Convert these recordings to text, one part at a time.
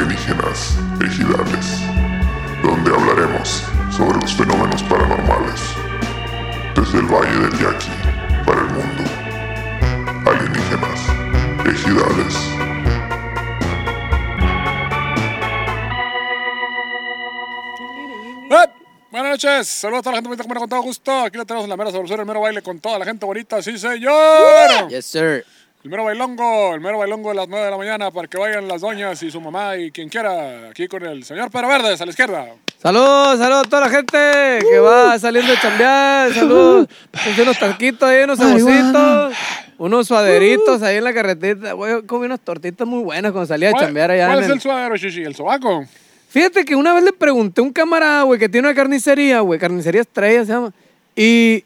Leyendas Ejidales, donde hablaremos sobre los fenómenos paranormales desde el Valle del Yaqui para el mundo. Alienígenas, ejidales. ¡Eh! Buenas noches, saludos a toda la gente bonita, como era, con todo gusto. Aquí lo tenemos en la mera solución, el mero baile con toda la gente bonita, sí señor. Yes, sir. El mero bailongo, el mero bailongo de las 9 de la mañana para que vayan las doñas y su mamá y quien quiera. Aquí con el señor Pedro Verdes a la izquierda. Saludos, saludos a toda la gente que va saliendo de chambear. Saludos. Hice unos taquitos ahí, unos cebocitos, unos suaderitos ahí en la carretita. Güey, yo comí unas tortitas muy buenas cuando salía a ¿Cuál- chambear allá. ¿Cuál en es el- Ah, el suadero, Shishi? ¿El sobaco? Fíjate que una vez le pregunté a un camarada, güey, que tiene una carnicería, güey, carnicería estrella se llama. Y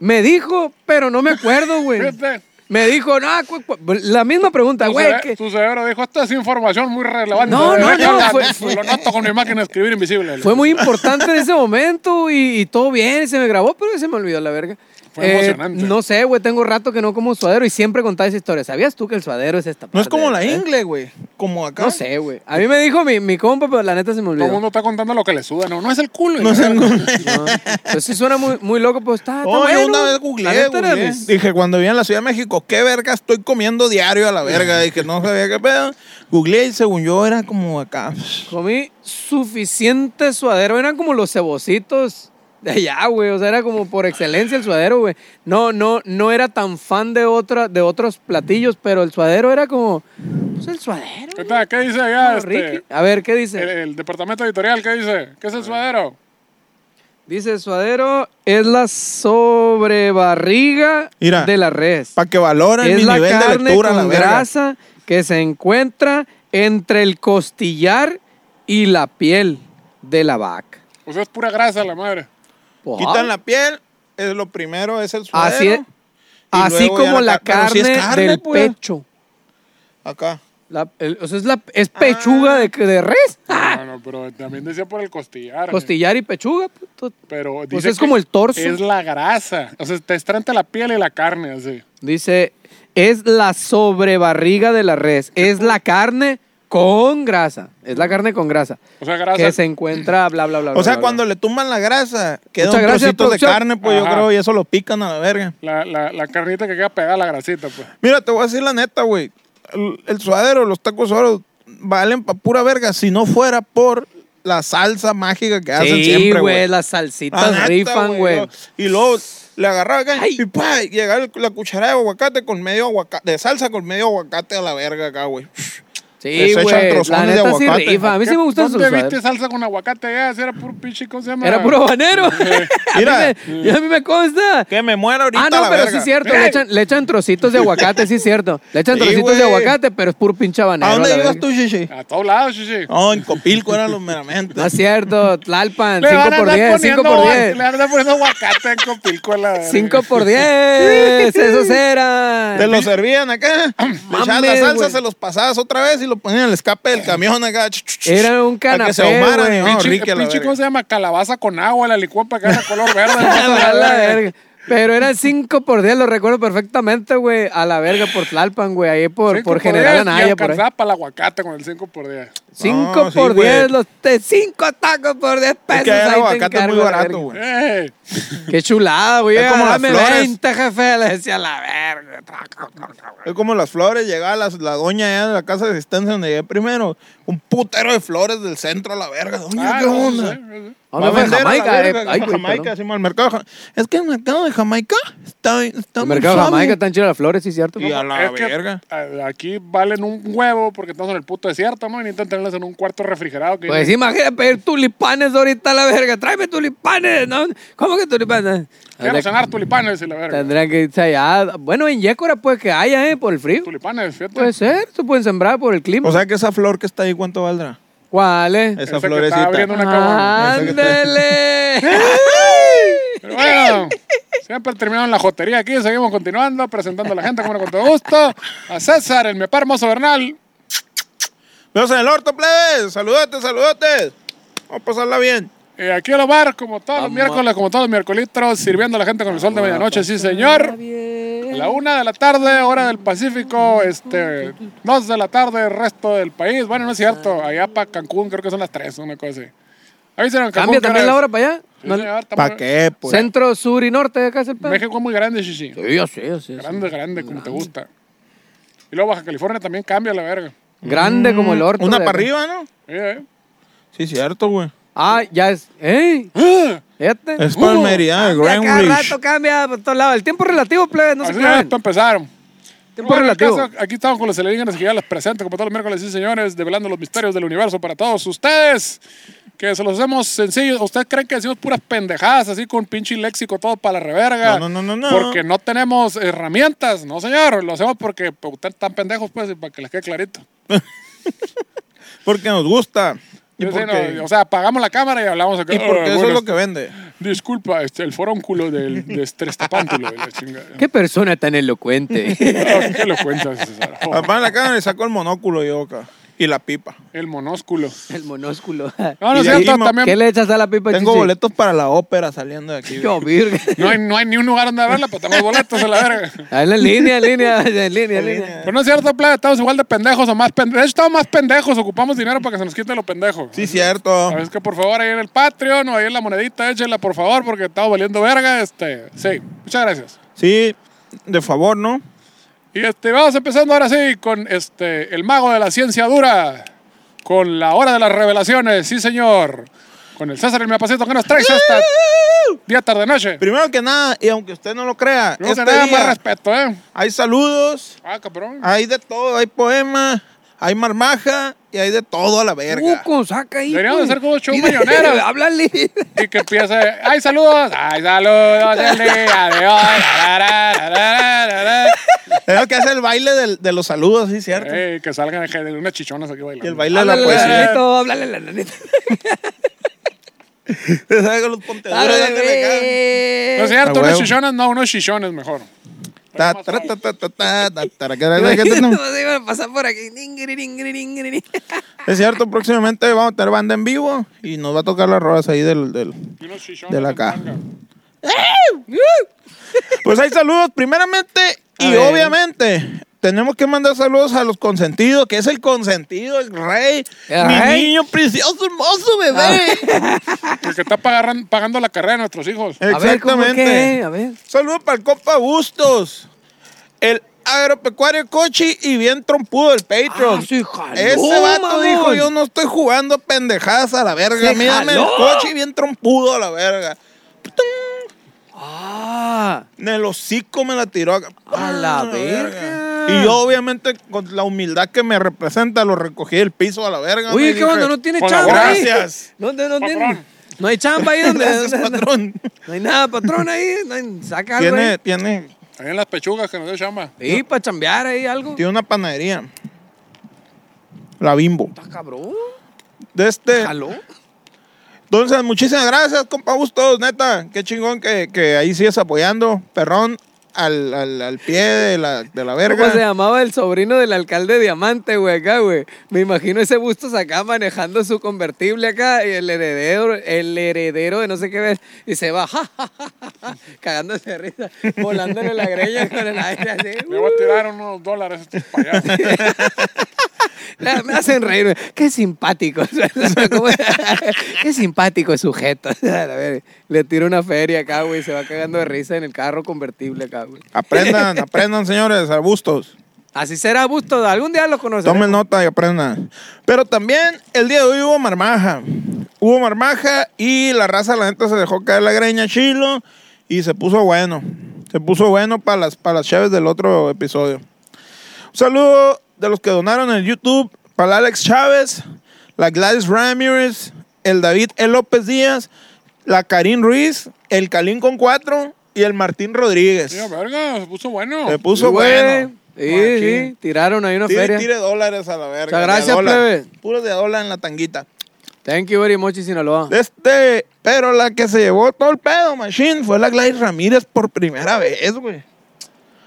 me dijo, pero no me acuerdo, güey. Fíjate. Me dijo, no, cu- cu- la misma pregunta, Tu, güey. cere- que- tu cerebro dijo, esta es información muy relevante. No, no, Déjala, no, fue- fue- Lo noto con mi máquina de escribir invisible. Fue muy importante en ese momento y, y todo bien, y se me grabó, pero se me olvidó la verga. Eh, Fue emocionante. No sé, güey, tengo rato que no como suadero y siempre contaba esa historia. ¿Sabías tú que el suadero es esta parte? No es como la ¿eh? ingle, güey. Como acá. No sé, güey. A mí me dijo mi, mi compa, pero la neta se me Todo el olvidó. mundo está contando lo que le suda, no, no es el culo. No y es la el verga. No. Pues sí suena muy, muy loco, pues está, está Oh, bueno. yo una vez La googleé, neta era googleé. mis- Dije, cuando vivía en la Ciudad de México, qué verga estoy comiendo diario a la verga. Dije, no sabía qué pedo. Googleé y según yo era como acá. Comí suficiente suadero. Eran como los cebocitos de allá, güey. O sea, era como por excelencia el suadero, güey. No, no, no era tan fan de, otra, de otros platillos, pero el suadero era como. Pues el suadero. ¿Qué güey. tal? ¿Qué dice Como allá este, Ricky. A ver, ¿qué el, dice? Ah. el departamento editorial? ¿Qué dice? ¿Qué es el suadero? Dice suadero es la sobrebarriga Mira, de la res. Para que valoren mi Es la nivel de carne lectura a la con verga. grasa que se encuentra entre el costillar y la piel de la vaca. O sea, es pura grasa la madre. Pues, ah. Quitan la piel, es lo primero, es el suadero. Así es. Así luego ya como la la ca- pero carne, si es carne, del pues. pecho. Acá. La- el- o sea, es, la, es Ah. pechuga de, de res. No, Ah, no, pero también decía por el costillar. Costillar y pechuga. pues, to- Pero dice es que como el torso. Es la grasa. O sea, te estranta la piel y la carne, así. Dice, es la sobrebarriga de la res. Es la carne con grasa. Es la carne con grasa. O sea, grasa. Que se encuentra, bla, bla, bla. O bla, sea, bla, cuando bla. le tumban la grasa, queda Muchas un gracias, trocito de producción. carne, pues Ajá. yo creo, y eso lo pican a la verga. La, la, la carnita que queda pegada a la grasita, pues. Mira, te voy a decir la neta, güey. El, el suadero, los tacos suaderos valen pa' pura verga si no fuera por la salsa mágica que hacen Sí, güey, siempre, güey. las La salsitas neta, rifan, güey. luego- Y luego le agarraba acá y pa, y llegaba el- la cucharada de aguacate con medio aguacate, de salsa con medio aguacate a la verga acá, güey. Sí, Les echan güey, la trozones de neta sí aguacate. rifa. A mí sí me gustan sus ¿Dónde suaderos. viste salsa con aguacate ya? Si era puro pinche, ¿cómo se llama? Era puro habanero. A Mira. mí me- a mí me consta. Que me muera ahorita Ah, no, la pero verga. sí es cierto. Le ¡Ey! echan, le echan trocitos de aguacate, sí es cierto. Le echan Sí, trocitos de güey. aguacate, pero es puro pinche habanero. ¿A dónde la ibas verga. Ah. tú, Shishi? A todos lados, chichi. No, en Copilco eran los meramente. No es cierto, Tlalpan, Le van a 5 por andar 10, 5 por poniendo- 10. Le van a andar poniendo aguacate en Copilco a la verga. 5 por 10, esos eran. Te lo servían acá, le echaban la Mames, salsa, güey. se los pasabas otra vez y lo ponían en el escape del camión acá. ch, ch, ch, Era un para que se canapé, ahumaran güey. y no, Pinche, Ricky a la pinche, verga. ¿cómo se llama? Calabaza con agua, la licuan para que haga color verde. ¿no? A la verga. Pero eran 5 por 10, lo recuerdo perfectamente, güey. A la verga por Tlalpan, güey. Ahí por, Cinco por General 10, y Anaya, por ahí. alcanzaba para el aguacate con el 5 por 10. Cinco No, Ah, sí, por güey. 10, los 5 tacos por 10 pesos. Es que era ahí te aguacate encargo, la muy barato, verga. güey. ¡Ey! Qué chulada, güey. Es como las Dame flores. 20, jefe. Le decía la verga. Es como las flores, llegaba las- la, doña allá de la casa de asistencia donde llegué primero, un putero de flores del centro a la verga. Doña, Ah, ¿qué no, no onda? sé, no sé. ¿A dónde Va a fue? vender a la Jamaica, verga, eh. Ay, güey, Jamaica, perdón. sí, el mercado de Jamaica. Es que el mercado de Jamaica está, está El muy mercado de suave. Jamaica están chidas las flores, sí, cierto. Y a la Es que verga. a- Aquí valen un huevo porque estamos en el puto desierto, ¿no? Y necesitan tenerlas en un cuarto refrigerado. Que Pues imagínate pedir tulipanes ahorita a la verga. Tráeme tulipanes. ¿no? ¿Cómo que tulipanes? Quiero cenar tulipanes y la verga. Tendrán que irse allá. Bueno, en Yécora puede que haya, ¿eh? Por el frío. Tulipanes, fíjate. Puede pues ser. Se pueden sembrar por el clima. O sea que esa flor que está ahí, ¿cuánto valdrá? ¿Cuál es? Esa, Esa que está florecita. abriendo una- caguama. Ah. ¡Ándele! Pero bueno, siempre terminaron la jotería aquí. Seguimos continuando, presentando a la gente como no, con todo gusto. A César, el mepa hermoso Bernal. Veos en el orto, plebes. Saludotes, saludotes. Vamos a pasarla bien. Y Eh, aquí el Omar, como todos los miércoles, como todos los miércoles, sirviendo a la gente con el sol de medianoche, sí, señor. La una de la tarde, hora del Pacífico, este, dos de la tarde, resto del país. Bueno, no es cierto, allá para Cancún creo que son las tres, una cosa así. Avísenos en Cancún. ¿Cambia ¿qué también hora la es? hora para allá? Sí, No- señor, estamos- ¿Para qué? Pues? Centro, sur y norte, acá es el pedo. México es muy grande, Shishi. Sí, yo sé, yo sé. yo sé. Grande, grande, como te gusta. Y luego Baja California también cambia la verga. Grande como Mm, el orto. Una de acá. para arriba, ¿no? Sí, eh. Sí, cierto, güey. Ah, ya es. ¡Ey! ¡Ah! Fíjate. Es Palmería, Cambia Grand cada Ridge. rato cambia por todos lados. El tiempo relativo, plebe, no se Así es, claven. para empezaron. Tiempo relativo. aquí estamos con los alienígenas que ya les presento, como todos los miércoles, sí, señores, develando los misterios del universo para todos ustedes. Que se los hacemos sencillos. ¿Ustedes creen que decimos puras pendejadas, así con pinche léxico todo para la reverga? No, no, no, no, no. Porque no tenemos herramientas, no, señor. Lo hacemos porque pues, ustedes están pendejos, pues, y para que les quede clarito. Porque nos gusta. Y Yo sí, porque, no, o sea, apagamos la cámara y hablamos acá. y porque "Ah, eso es bueno, lo que vende. Disculpa, este, el forúnculo del de estrestapántulo. y la chingada. Qué persona tan elocuente. Ah, ¿Qué lo cuentas, César? Oh, Papá en la cámara le sacó el monóculo yo acá. Y la pipa. el monósculo. el monósculo. No, no Y es de ahí cierto, mo- también. ¿Qué le echas a la pipa, Tengo Chichi? boletos para la ópera saliendo de aquí. Pues Yo, virgen. No hay, no hay ni un lugar donde verla, pero tenemos boletos a la verga. Ah, En la línea, en línea, en línea, en línea. Pero no es cierto, plebe, estamos igual de pendejos o más pendejos. De hecho, estamos más pendejos, ocupamos dinero para que se nos quite lo pendejo. Sí, cierto. Así es que por favor, ahí en el Patreon o ahí en la monedita, échenla por favor, porque estamos valiendo verga. Este, sí, muchas gracias. Sí, de favor, ¿no? Y este, vamos empezando ahora sí con este, el mago de la ciencia dura, con la hora de las revelaciones, sí señor. Con el César el Miapacito que nos traes hasta día, tarde, noche. Primero que nada, y aunque usted no lo crea, No este se nada más día respeto, ¿eh? hay saludos, Ah, cabrón. hay de todo, hay poemas, hay marmaja y hay de todo a la verga. Cuco, saca ahí. Deberíamos pues. hacer como show Mira, mañanero. Háblale. Y que empiece. ¡Ay, saludos! ¡Ay, saludos! El día de hoy. La, la, la, la, la, la. Tengo que hacer el baile del- de, los saludos, sí, cierto. Eh. Ey, que salgan acá de unas chichonas aquí Y bailando. el baile de la Háblale a la poesía. nanito, háblale a la nanita. Te saco los ponteadores, ándale acá. No es Háblale. cierto, A unas huevo. chichonas, no, unos chichones mejor. Ta, tra, ta, ta, ta, ta, ta, ta, ra, ra, ra, ra, ra. Imagínate, iban a pasar por aquí. Ningri, ningri, ningri, ningri. Es cierto, próximamente vamos a tener banda en vivo y nos va a tocar las rodas ahí del... del- Y unos chichones. De la en acá. manga. Uh, Pues hay saludos primeramente A y ver. obviamente tenemos que mandar saludos a los consentidos, que es el consentido, el rey, El mi rey. Ah. niño precioso, hermoso bebé. El que está pagaran- pagando la carrera de nuestros hijos. A ver, ¿cómo qué? Exactamente. A ver. Saludos para el compa Bustos, el agropecuario cochi y bien trompudo el Patreon. Ah, sí, jaló, Ese vato mamón. dijo, yo no estoy jugando pendejadas a la verga. Se Mírame el jaló. cochi bien trompudo a la verga. Ah. En el hocico me la tiró. acá. Ah, A la verga. Y yo, obviamente, con la humildad que me representa, lo recogí del piso a la verga. Oye, me ¿qué dije, onda? ¿No tiene Hola, chamba ahí? gracias. ¿Dónde, no tiene? Patrón. No hay chamba ahí donde. Gracias, donde- no- patrón. No hay nada, patrón ahí. No hay- saca algo. Tiene, ahí. tiene, Ahí en las pechugas que nos dio chama. Sí, para chambear ahí algo. tiene una panadería. La bimbo. Está cabrón. De este. Jaló. Entonces, muchísimas gracias, compa Bustos, neta. Qué chingón que, que ahí sigues apoyando, perrón, al, al, al pie de la, de la ¿Cómo se verga. llamaba el sobrino del alcalde Diamante, güey, acá, güey? Me imagino ese Bustos acá manejando su convertible acá y el heredero, el heredero de no sé qué ver, y se va, ja, ja, ja, ja, ja, cagándose de risa, volándole la greña con el aire así. Le voy a tirar unos dólares a estos payasos. La- Me hacen reír, güey. Qué simpático. ¿Cómo- Qué simpático sujeto. A ver, le tiro una feria acá, güey. Se va cagando de risa en el carro convertible acá, güey. Aprendan, aprendan, señores, a Bustos. Así será, Busto. Algún día lo conoceremos. Tomen nota y aprendan. Pero también el día de hoy hubo marmaja. Hubo marmaja y la raza, la gente se dejó caer la greña chilo y se puso bueno. Se puso bueno para las, para las chaves del otro episodio. Un saludo de los que donaron en YouTube para Alex Chávez, la Gladys Ramírez, el David E. López Díaz, la Karin Ruiz, el Calín con cuatro y el Martín Rodríguez. Mira, verga, se puso bueno. Se Sí, puso güey. bueno. pues, Sí, Machín. sí. Tiraron ahí una Tire, feria. tire dólares a la verga. Muchas de a gracias, dólar. plebe. Puro de a dólar en la tanguita. Thank you very much, Sinaloa. Este, pero la que se llevó todo el pedo, Machine, fue la Gladys Ramírez por primera vez, güey.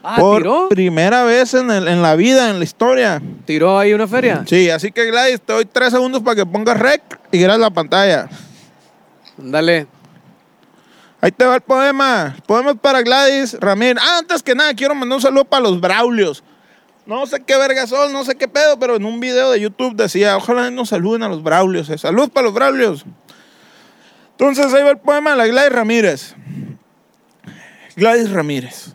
Ah, por ¿tiró? primera vez en, el- en la vida, en la historia. ¿Tiró ahí una feria? Sí, así que Gladys, te doy tres segundos para que pongas rec y grabes la pantalla. Dale. Ahí te va el poema. Poemas para Gladys Ramírez. Ah, antes que nada, quiero mandar un saludo para los Braulios. No sé qué verga son, no sé qué pedo, pero en un video de YouTube decía, ojalá nos saluden a los Braulios. eh. Salud para los Braulios. Entonces ahí va el poema de la Gladys Ramírez. Gladys Ramírez.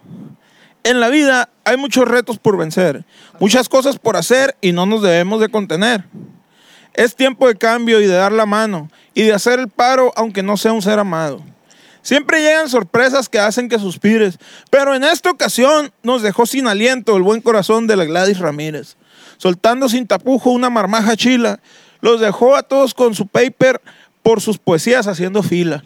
En la vida hay muchos retos por vencer, muchas cosas por hacer y no nos debemos de contener. Es tiempo de cambio y de dar la mano y de hacer el paro aunque no sea un ser amado. Siempre llegan sorpresas que hacen que suspires, pero en esta ocasión nos dejó sin aliento el buen corazón de la Gladys Ramírez. Soltando sin tapujo una marmaja chila, los dejó a todos con su paper por sus poesías haciendo fila.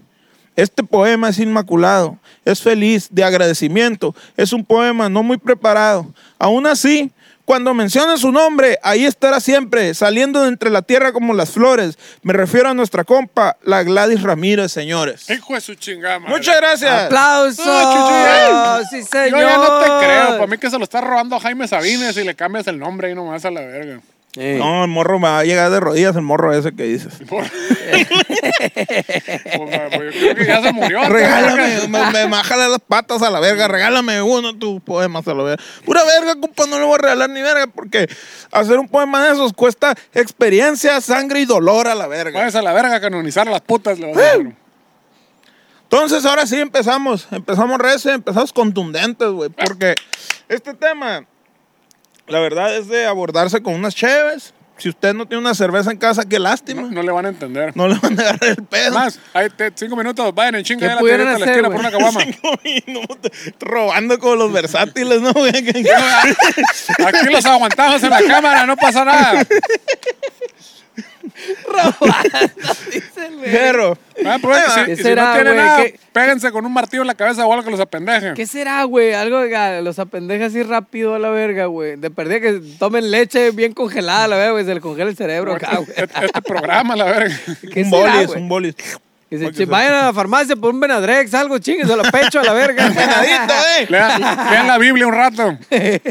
Este poema es inmaculado, es feliz, de agradecimiento, es un poema no muy preparado. Aún así, cuando menciona su nombre, ahí estará siempre, saliendo de entre la tierra como las flores. Me refiero a nuestra compa, la Gladys Ramírez, señores. Hijo de su chingama. Muchas gracias. Ah, ¡Aplausos! ¡Sí, Yo señor! ya no te creo. Para mí que se lo está robando a Jaime Sabines y le cambias el nombre ahí nomás a la verga. Ey. No, el morro va a llegar de rodillas, el morro ese que dices. Por- Pues, pues, yo creo que ya se murió. Regálame, me, me bájale las patas a la verga, regálame uno de tus poemas a la verga. Pura verga, compa, no le voy a regalar ni verga porque hacer un poema de esos cuesta experiencia, sangre y dolor a la verga. Vayas a la verga a canonizar a las putas. Le vas a decir. Entonces, ahora sí empezamos, empezamos recio, empezamos contundentes, güey, porque este tema, la verdad, es de abordarse con unas cheves. Si usted no tiene una cerveza en casa, qué lástima. no, No, no le van a entender. le van a agarrar el pedo. Más, ahí te- cinco minutos, vayan en chinga ¿Qué ahí a la pudieran tiendita de la hacer, esquina güey? por una caguama. Cinco minutos, robando como los versátiles, ¿no? güey? Que- que- Aquí los aguantamos en la cámara, no pasa nada. Pero, Ah, pero es que si- ¿Qué y si será, no tienen güey? nada, ¿Qué- péguense con un martillo en la cabeza o algo que los apendeje. ¿Qué será, güey? Algo de que los apendeja así rápido a la verga, güey. De perdida que tomen leche bien congelada a la verga, güey. Se le congela el cerebro acá, güey. Este, este programa, la verga. ¿Qué un será, bolis, güey? un bolis. Que se che- vayan a la farmacia por un Benadrex, algo chingues a la pecho a la verga. ¡Venadito, eh! Lean, lean la Biblia un rato.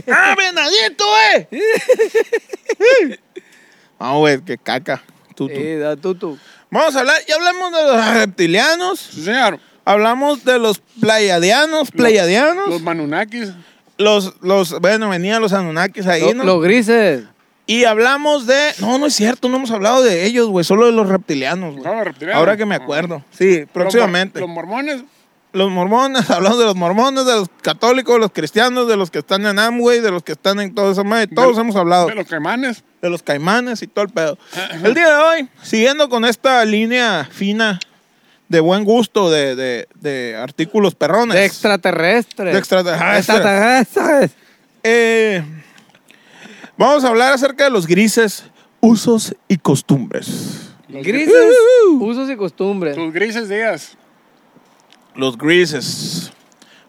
¡Ah, venadito, eh! Ah, güey, qué caca. Tú, tú. Sí, da tutu. Vamos a hablar, ya hablamos de los reptilianos, Sí, señor. hablamos de los pleiadianos, Los pleiadianos, Manunakis. los, los, bueno, venían los anunnakis ahí, Lo- ¿no? Los grises. Y hablamos de. No, no es cierto, no hemos hablado de ellos, güey. Solo de los reptilianos, güey. Solo los reptilianos. Ahora que me acuerdo. Sí, próximamente. Los, Los, mor- los mormones. mormones, hablamos de los mormones, de los católicos, de los cristianos, de los que están en Amway, de los que están en todo eso. madre. Todos de- hemos hablado De los caimanes. de los caimanes y todo el pedo. El día de hoy, siguiendo con esta línea fina de buen gusto de, de- de artículos perrones. De extraterrestres. Pues, De extraterrestres. Extraterrestres. Eh, vamos a hablar acerca de los grises, usos y costumbres. Los Grises, usos y costumbres. Tus grises días. Los grises.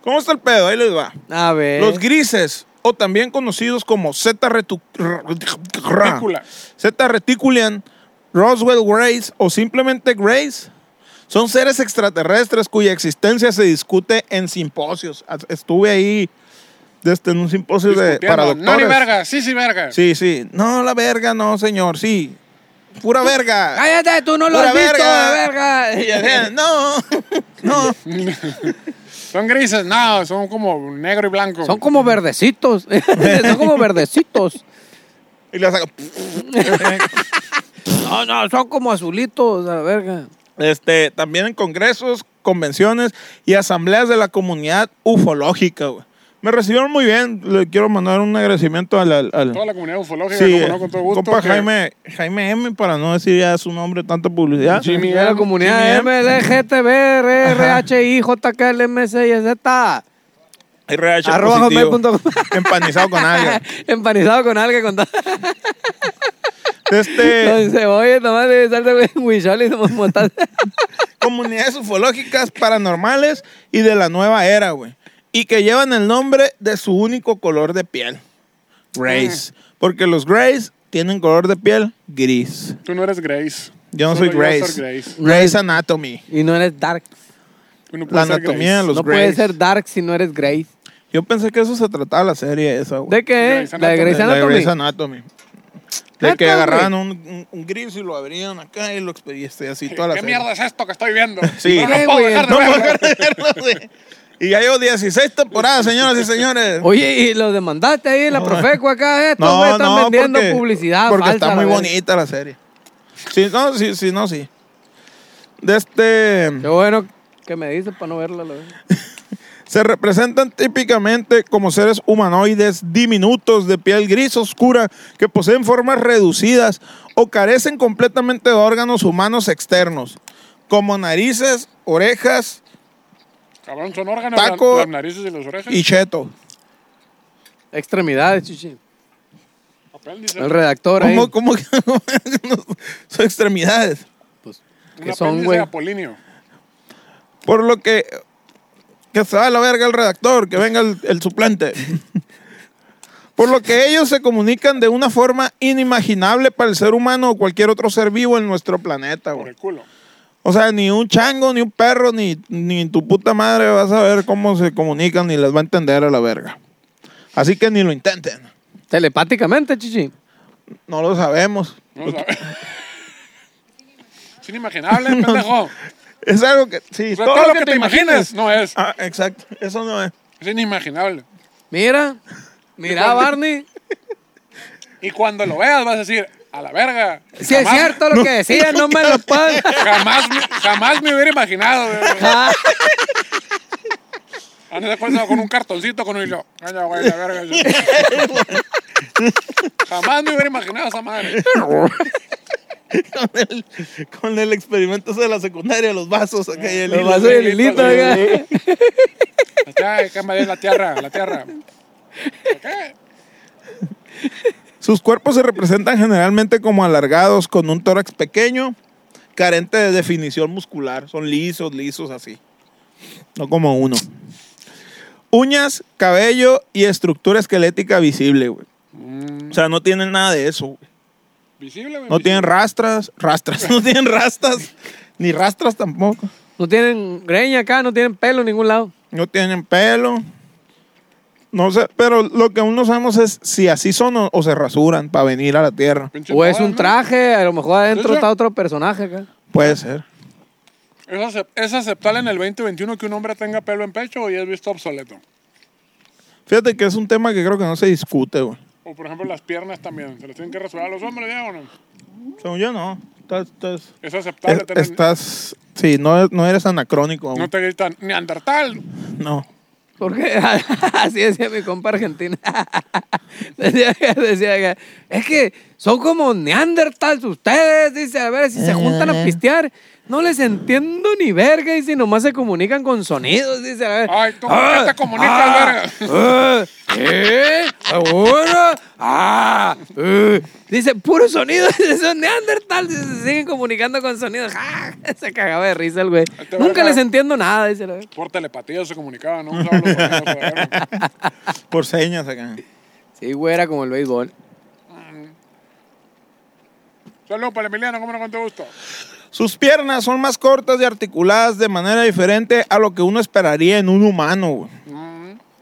¿Cómo está el pedo? Ahí les va. A ver. Los grises, o también conocidos como Z retu- Ridícula. Z reticulian, Roswell Grace o simplemente Grace, son seres extraterrestres cuya existencia se discute en simposios. As- Estuve ahí desde en un simposio de, este, para Discutiendo. No ni doctores. verga. Sí, sí, verga. Sí, sí. No, la verga, no, señor. Sí. Pura verga. Cállate, tú no lo Pura has visto, verga. verga. Y así, No, no. Son grises. No, son como negro y blanco. Son como verdecitos. Son como verdecitos. Y le saca. No, no, son como azulitos, a la verga. Este, también en congresos, convenciones y asambleas de la comunidad ufológica, güey. Me recibieron muy bien. Le quiero mandar un agradecimiento al. al, al- Toda la comunidad ufológica, sí, como no, con todo gusto. compa que- Jaime, Jaime M, para no decir ya su nombre, tanta publicidad. Sí, mi- De la comunidad Sí, mi- MLGTB, RRHI, JKLMCYZ. RH Arroba positivo. hotmail.com. Empanizado con alguien. Empanizado con alga con tal. Este, Con cebolla, tomate, salsa, güey, huichol y tomate mostaza. comunidades ufológicas, paranormales y de la nueva era, güey. Y que llevan el nombre de su único color de piel. Grays. Porque los Grays tienen color de piel gris. Tú no eres Grace. Yo no soy Solo Grace. Yo soy Grace. Grey's Anatomy. Y no eres dark. Tú no La puedes ser anatomía de Grace. los no Greys. puedes ser dark si no eres Grey. Yo pensé que eso se trataba la serie esa, güey. ¿De qué? Grey's La de Grey's La de Grey's Anatomy. Anatomy. De que Neta, agarraban un, un, un gris y lo abrían acá y lo expediste así toda la ¿Qué serie. mierda es esto que estoy viendo? eh. Sí. No, no Eh, puedo güey, dejar de No puedo verlo. dejar de verlo, güey. Y ya llevo 16 temporadas, señoras y señores. Oye, y los demandaste ahí en la No, Profeco acá, eh. estos güey están vendiendo publicidad Porque falsa. está la muy verga. bonita la serie. Sí, no, sí, sí, no, sí. De este. Qué bueno que me dices para no verla. la verga. Se representan típicamente como seres humanoides diminutos de piel gris oscura que poseen formas reducidas o carecen completamente de órganos humanos externos, como narices, orejas Cabrón, son órganos, la- Taco las narices y las orejas. y cheto. Extremidades, chichi. Apéndice. El redactor ahí. ¿Cómo, cómo que son extremidades? Pues, Un ¿Qué son, apéndice güey? apolíneo. Por lo que. Que se va a la verga el redactor, que venga el, el suplente. Por lo que ellos se comunican de una forma inimaginable para el ser humano o cualquier otro ser vivo en nuestro planeta, Por güey. el culo. O sea, ni un chango, ni un perro, ni, ni tu puta madre vas a ver cómo se comunican ni les va a entender a la verga. Así que ni lo intenten. Telepáticamente, chichi. No lo sabemos. No lo sabe. Es inimaginable, pendejo. Es algo que. Sí, O sea, todo lo que te imagines no es. Ah, exacto. Eso no es. Es inimaginable. Mira, mira, Barney. Y cuando lo veas vas a decir, a la verga. Si es jamás- cierto lo que decía, no me lo puedo. Jamás, me- jamás me hubiera imaginado. güey. Ah, A no ser cuando con un cartoncito con un hilo. Ay, ya, güey, la verga. Jamás me hubiera imaginado esa madre. Con el, con el experimento ese de la secundaria, los vasos acá y el Lo hilo. pasó el hilito, oiga. Ay, que me dé la tierra, la tierra. Sus cuerpos se representan generalmente como alargados, con un tórax pequeño, carente de definición muscular. Son lisos, lisos así. No como uno. Uñas, cabello y estructura esquelética visible, güey. O sea, no tienen nada de eso. güey. Mm, Visible, güey. No tienen rastras, rastras, no tienen rastas, ni rastras tampoco. No tienen greña acá, no tienen pelo en ningún lado. No tienen pelo. No sé, pero lo que aún no sabemos es si así son o, o se rasuran para venir a la tierra. Pinche O es moda, un ¿no? traje, a lo mejor adentro Sí, sí. está otro personaje acá. Puede ser. ¿Es, acep- es aceptable en el 2021 que un hombre tenga pelo en pecho y es visto obsoleto? Fíjate que es un tema que creo que no se discute, güey. O por ejemplo las piernas también. ¿Se las tienen que rasurar a los hombres ya o no? Según yo, no. Estás. estás- Es aceptable es- tener... estás- sí, no, no eres anacrónico No aún. te gritan, Neandertal. No. Porque así decía mi compa argentina. decía, decía que, es que son como neandertals ustedes, dice, a ver si se juntan a pistear. No les entiendo ni verga, dice, nomás se comunican con sonidos, dice, a ver. Ay, ¿tú con Ah, qué te comunicas, verga? ¿Qué? ¿Seguro? ¿eh? Ah, eh. Dice, puro sonido, dice, son neandertals, dice, se siguen comunicando con sonidos. Ah, se cagaba de risa el güey. Ahí te va, Nunca acá. les entiendo nada, dice la verga. Por telepatía se comunicaba, ¿no? Usaba los sonidos, la verga. Por señas acá. Sí, güey, era como el béisbol. Saludos para Emiliano, ¿cómo no con todo gusto? Sus piernas son más cortas y articuladas de manera diferente a lo que uno esperaría en un humano, güey.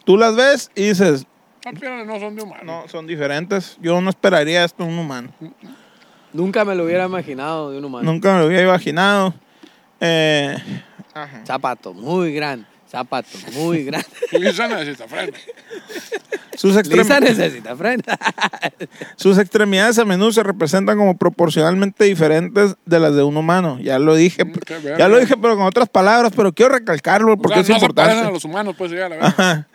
Tú las ves y dices, Las piernas no son de humano. no, son diferentes. Yo no esperaría esto en un humano. Nunca me lo hubiera imaginado de un humano. Nunca me lo había imaginado. Eh, ajá. Zapato muy grande, zapato muy grande. Y Lisa necesita freno. Sus, extrem- Lisa necesita freno. sus extremidades a menudo se representan como proporcionalmente diferentes de las de un humano. Ya lo dije. Mm, qué verga. ya lo dije, pero con otras palabras, pero quiero recalcarlo O porque sea, es no se parecen a importante. los humanos, pues ya, la verdad. Ajá.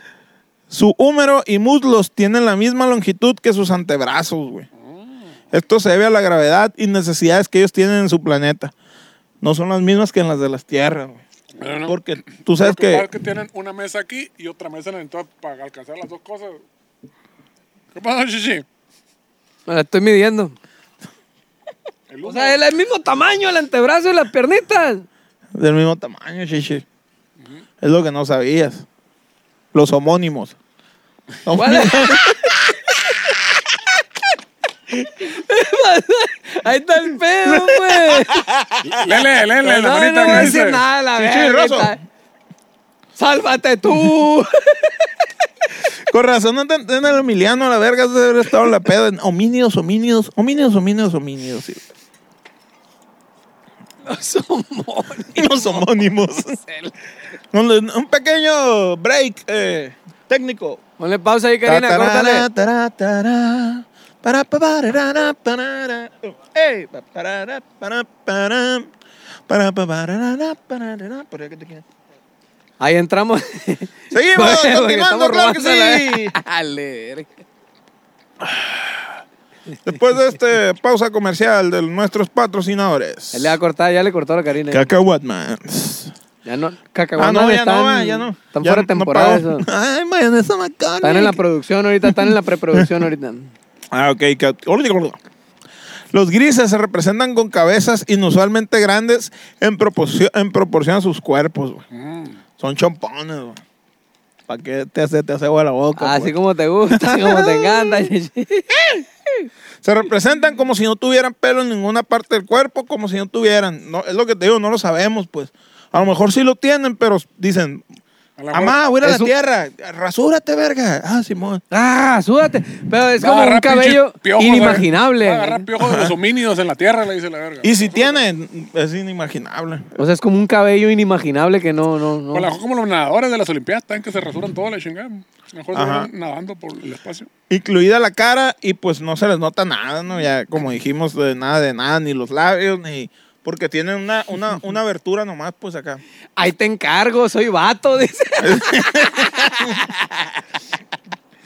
Su húmero y muslos tienen la misma longitud que sus antebrazos, güey. Mm. Esto se debe a la gravedad y necesidades que ellos tienen en su planeta. No son las mismas que en las de las tierras, güey. Pero no. Porque tú sabes Lo que pasa que es que tienen una mesa aquí y otra mesa en el top para alcanzar las dos cosas. ¿Qué pasa, Chichi? Me la estoy midiendo. El O humo. sea, es el mismo tamaño, el antebrazo y las piernitas. del mismo tamaño, chichi. Es lo que no sabías. Los homónimos. Oh, ¿Cuál es? Ahí está el pedo, güey. Lele, lele, la No, no, manita voy a que decir dice. nada, la Chichi verga, Rosso. está- Sálvate tú. Con razón, no te entienden el Emiliano, la verga, se debe estado la peda. en Homínidos, homínidos, homínidos, homínidos, homínidos. sí. Los homónimos. Los homónimos. Un, un pequeño break eh, técnico. Ponle pausa ahí, Karina, Tatarara, córtale. tará, tará, para, pa, pararara, parara. Ey, pa, parara, para, para, para, pa, pararara, pararara, por ahí que te queda. Ahí entramos. Seguimos, Porque continuando, estamos claro que sí. robándole. Ale, verga. Después de este pausa comercial de nuestros patrocinadores. Ya le va a cortar, ya le cortó la Karina. Cacahuatmans. Ya no, cacahuanas Ah, no, ya están, no, va, ya no. Están Ya fuera de no temporada pagó. eso. Ay, mayonesa McCormick. Están en la producción ahorita, están en la preproducción ahorita. Ah, ok. que- Los grises se representan con cabezas inusualmente grandes en proporción, en proporción a sus cuerpones. Mm, Son chompones, güey. ¿Para qué te hace, te hace agua la boca? Así pues? Ah, como te gusta, como te encanta. Se representan como si no tuvieran pelo en ninguna parte del cuerpo, como si no tuvieran. No, es lo que te digo, no lo sabemos, pues. A lo mejor sí lo tienen, pero dicen, A lo mejor- mamá, voy a ir a la es un- tierra, rasúrate, verga. Ah, Simón. ah, súdate. Pero es Va a como un agarrar pinches cabello piojos, inimaginable. va a agarrar piojos de los homínidos en la tierra, le dice la verga. Y si tienen, es inimaginable. O sea, es como un cabello inimaginable que no, no, no. O a lo mejor como los nadadores de las Olimpiadas están que se rasuran todo la chingada. A lo Mejor se Ajá. van nadando por el espacio. incluida la cara y pues no se les nota nada, ¿no? Ya como dijimos, de nada de nada, ni los labios, ni... Porque tienen una, una, una abertura nomás, pues acá. Ahí te encargo, soy vato, dice.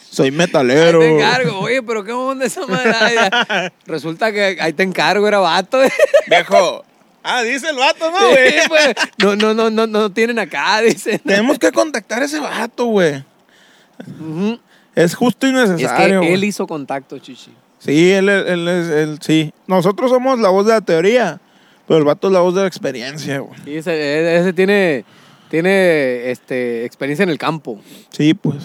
Soy Ahí metalero. te encargo. Oye, pero qué onda esa madre. Ay, ya. Resulta que ahí te encargo, era vato. Viejo. Ah, dice el vato, ¿no, güey? Sí, pues, no, no, no, no, no tienen acá, dicen. Tenemos que contactar a ese vato, güey. Ujú. Es justo y Es que necesario. güey. él hizo contacto, Chichi. Sí, él, es- él es, él, sí. Nosotros somos la voz de la teoría, pero el vato es la voz de la experiencia, güey. Y ese, ese tiene, tiene este, experiencia en el campo. Sí, pues.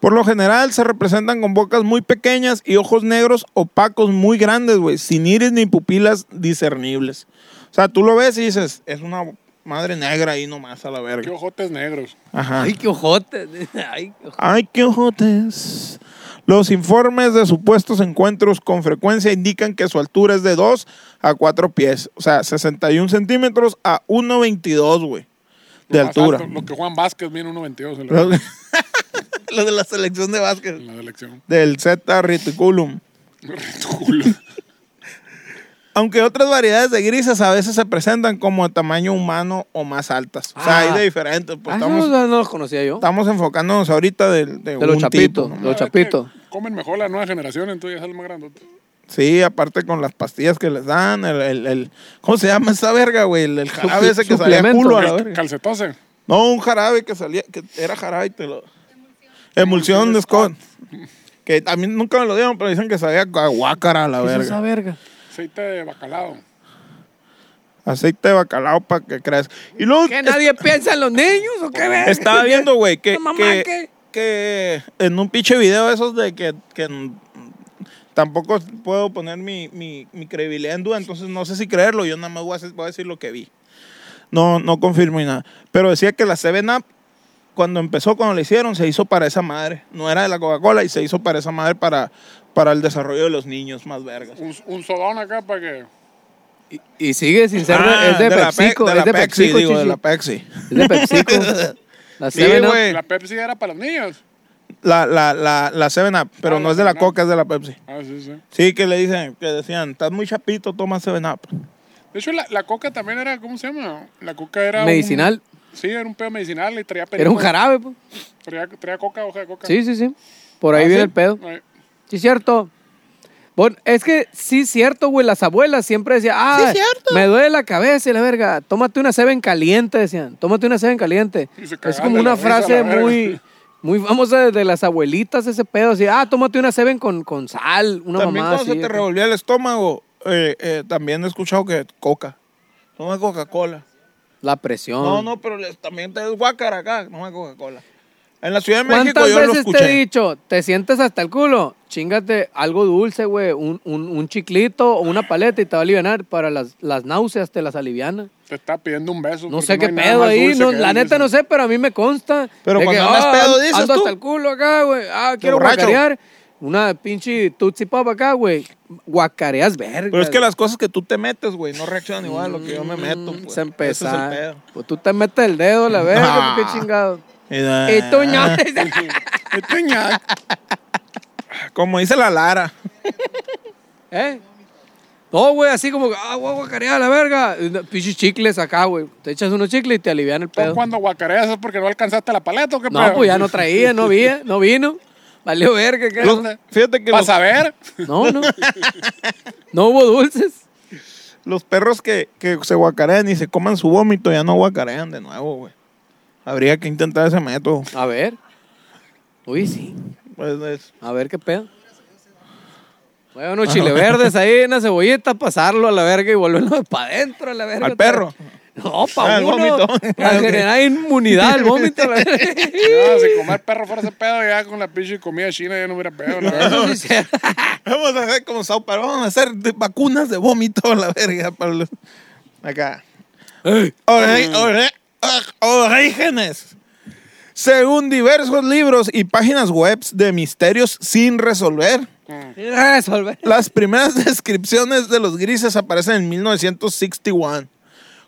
Por lo general se representan con bocas muy pequeñas y ojos negros opacos muy grandes, güey, sin iris ni pupilas discernibles. O sea, tú lo ves y dices, es una madre negra ahí nomás a la Qué verga. ojotes negros. Ajá. Ay, qué ojote. Ay, qué ojote. Ay, qué ojotes. Los informes de supuestos encuentros con frecuencia indican que su altura es de 2 a 4 pies, o sea, 61 centímetros a 1,22, güey, de Lo más altura. alto, lo que Juan Vázquez viene 1.22 en la, Lo de la selección de básquet. en la elección. del Z reticulum. Tu culo. Aunque otras variedades de grises a veces se presentan como de tamaño humano o más altas. O Ah. sea, hay de diferentes. Pues Ah, estamos, no, no los conocía yo. estamos enfocándonos ahorita del- de, De los un chapitos, tipo, ¿no? los Ah, es que chapitos. Comen mejor la nueva generación, entonces ya salen más grandes. Sí, aparte con las pastillas que les dan, el, el- el- ¿cómo se llama esa verga, güey? El, el jarabe ese que salía suplemento. culo a la Cal- verga. Calcetose. No, un jarabe que salía, que era jarabe y te lo... Emulsión de Scott. Que a mí nunca me lo dieron, pero dicen que sabía a guácara a la ¿Qué es verga. esa verga? Aceite de bacalao. Aceite de bacalao para que creas. Y luego... ¿Que nadie piensa en los niños o qué verga? Pues, Estaba viendo, güey, que, ¿Tu mamá que, qué? que en un pinche video esos de que, que n- tampoco puedo poner mi, mi, mi credibilidad en duda, entonces no sé si creerlo, yo nada más voy a hacer- voy a decir, lo que vi. No, no confirmo ni nada. Pero decía que la 7-Up, cuando empezó, cuando la hicieron, se hizo para esa madre. No era de la Coca-Cola y se hizo para esa madre para, para el desarrollo de los niños más vergas. Un, un sodón acá para que. Y, y sigue sin ser, de- Ah, es de, la Pe- PepsiCo, de la es de Pepsi, PepsiCo, digo, de Chichi. la Pepsi. Es de PepsiCo. La Sí, 7 Up. güey. La Pepsi era para los niños. La, la, la, la 7-Up, pero Ah, no la es de la 7-Up. Coca, es de la Pepsi. Ah, sí, sí. Sí, que le dicen, que decían, estás muy chapito, toma 7-Up. De hecho, la, la coca también era, ¿cómo se llama? La coca era. un- Medicinal. sí, era un pedo medicinal y traía Era un perico. jarabe, pues. Traía, traía coca, hoja de coca. Sí, sí, sí. Por ahí Ah, viene ¿sí? el pedo. Ay, Sí, cierto. Bueno, es que sí, cierto, güey. Las abuelas siempre decían, ah, Sí, cierto. me duele la cabeza y la verga. Tómate una ceben caliente, decían. Tómate una ceben caliente. Y se Es cagaban como de la una risa, la frase verga. muy, muy famosa de las abuelitas, ese pedo. Así, ah, tómate una ceben con, con sal, una también mamá cuando así. se te revolvía el estómago, eh, eh, también he escuchado que coca. No es Coca-Cola. La presión. No, no, pero les- también te es guácara acá, no es Coca-Cola. En la Ciudad de México ¿Cuántas yo lo veces te he escuché. dicho, te sientes hasta el culo? Chingate algo dulce, güey, un, un, un chiclito o una paleta y te va a aliviar para las, las náuseas, te las aliviana. Te está pidiendo un beso. No porque sé qué hay nada pedo más ahí, dulce no, que la el neta beso. no sé, pero a mí me consta. Pero de "Ah, cuando andas pedo, dices ando tú. hasta el culo acá, güey. Ah, quiero borracho. guacarear. Una pinche tutsi pop acá, güey. Guacareas verga. Pero es que las cosas que tú te metes, güey, no reaccionan igual a lo que yo me meto. Mm, pues. Se Ese es el empezó. pedo. Pues tú te metes el dedo, la verga, Ah. qué chingado. Y da- Y Eh, tú ña- Este ñac. Como dice la Lara. ¿Eh? No, güey, así como, que, ah, güey, guacarear la verga. Y no, Pinches chicles acá, güey. Te echas unos chicles y te alivian el Tú pedo. Cuando guacareas es porque no alcanzaste la paleta o qué pedo. No, pues ya no traía, no había, no vino. Valió verga, ¿qué Los- onda? fíjate que Para los, saber. No, no. No hubo dulces. los perros que, que se guacarean y se coman su vómito ya no guacarean de nuevo, güey. Habría que intentar ese método. A ver. Uy, sí. Pues, es- A ver qué pedo. Bueno, unos Ah, chile verdes ahí, una cebollita, pasarlo a la verga y volverlo para adentro a la verga. ¿Al perro? No, Ah, para al uno. vómito. Para Ah, ok. generar inmunidad al vómito. a la verga. No, si comer perro fuera ese pedo, ya con la pinche comida china ya no hubiera pedo. la verdad. Eso sí es cierto. Ah, Vamos a hacer como Sao Paulo, vamos a hacer de- vacunas de vómito a la verga para los- Acá. Ori- ori- or- Orígenes. Según diversos libros y páginas web de misterios sin resolver, Resolver. las primeras descripciones de los grises aparecen en 1961,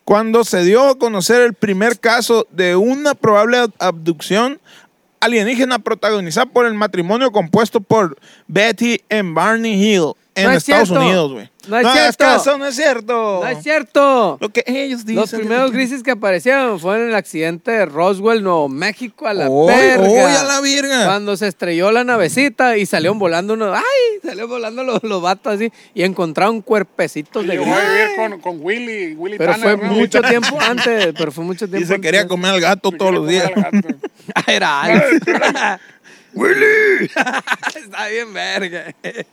cuando se dio a conocer el primer caso de una probable ab- abducción alienígena protagonizada por el matrimonio compuesto por Betty y Barney Hill en No es Estados cierto. Unidos, güey. No es hagas cierto. caso, no es cierto. No es cierto. Lo que ellos dicen. Los primeros grises que aparecieron fueron en el accidente de Roswell, Nuevo México, a la Oy, verga. oy, a la virga. Cuando se estrelló la navecita y salieron volando unos... ¡Ay! Salieron volando los, los vatos así y encontraron cuerpecitos de Yo voy a gris. vivir con, con Willy, Willy Pero fue Tanner, ¿no? mucho tiempo antes, pero fue mucho tiempo Y se quería antes. comer al gato Me todos quiero los días. comer al gato. Ah, Era Alex. ¡Willy! Está bien verga.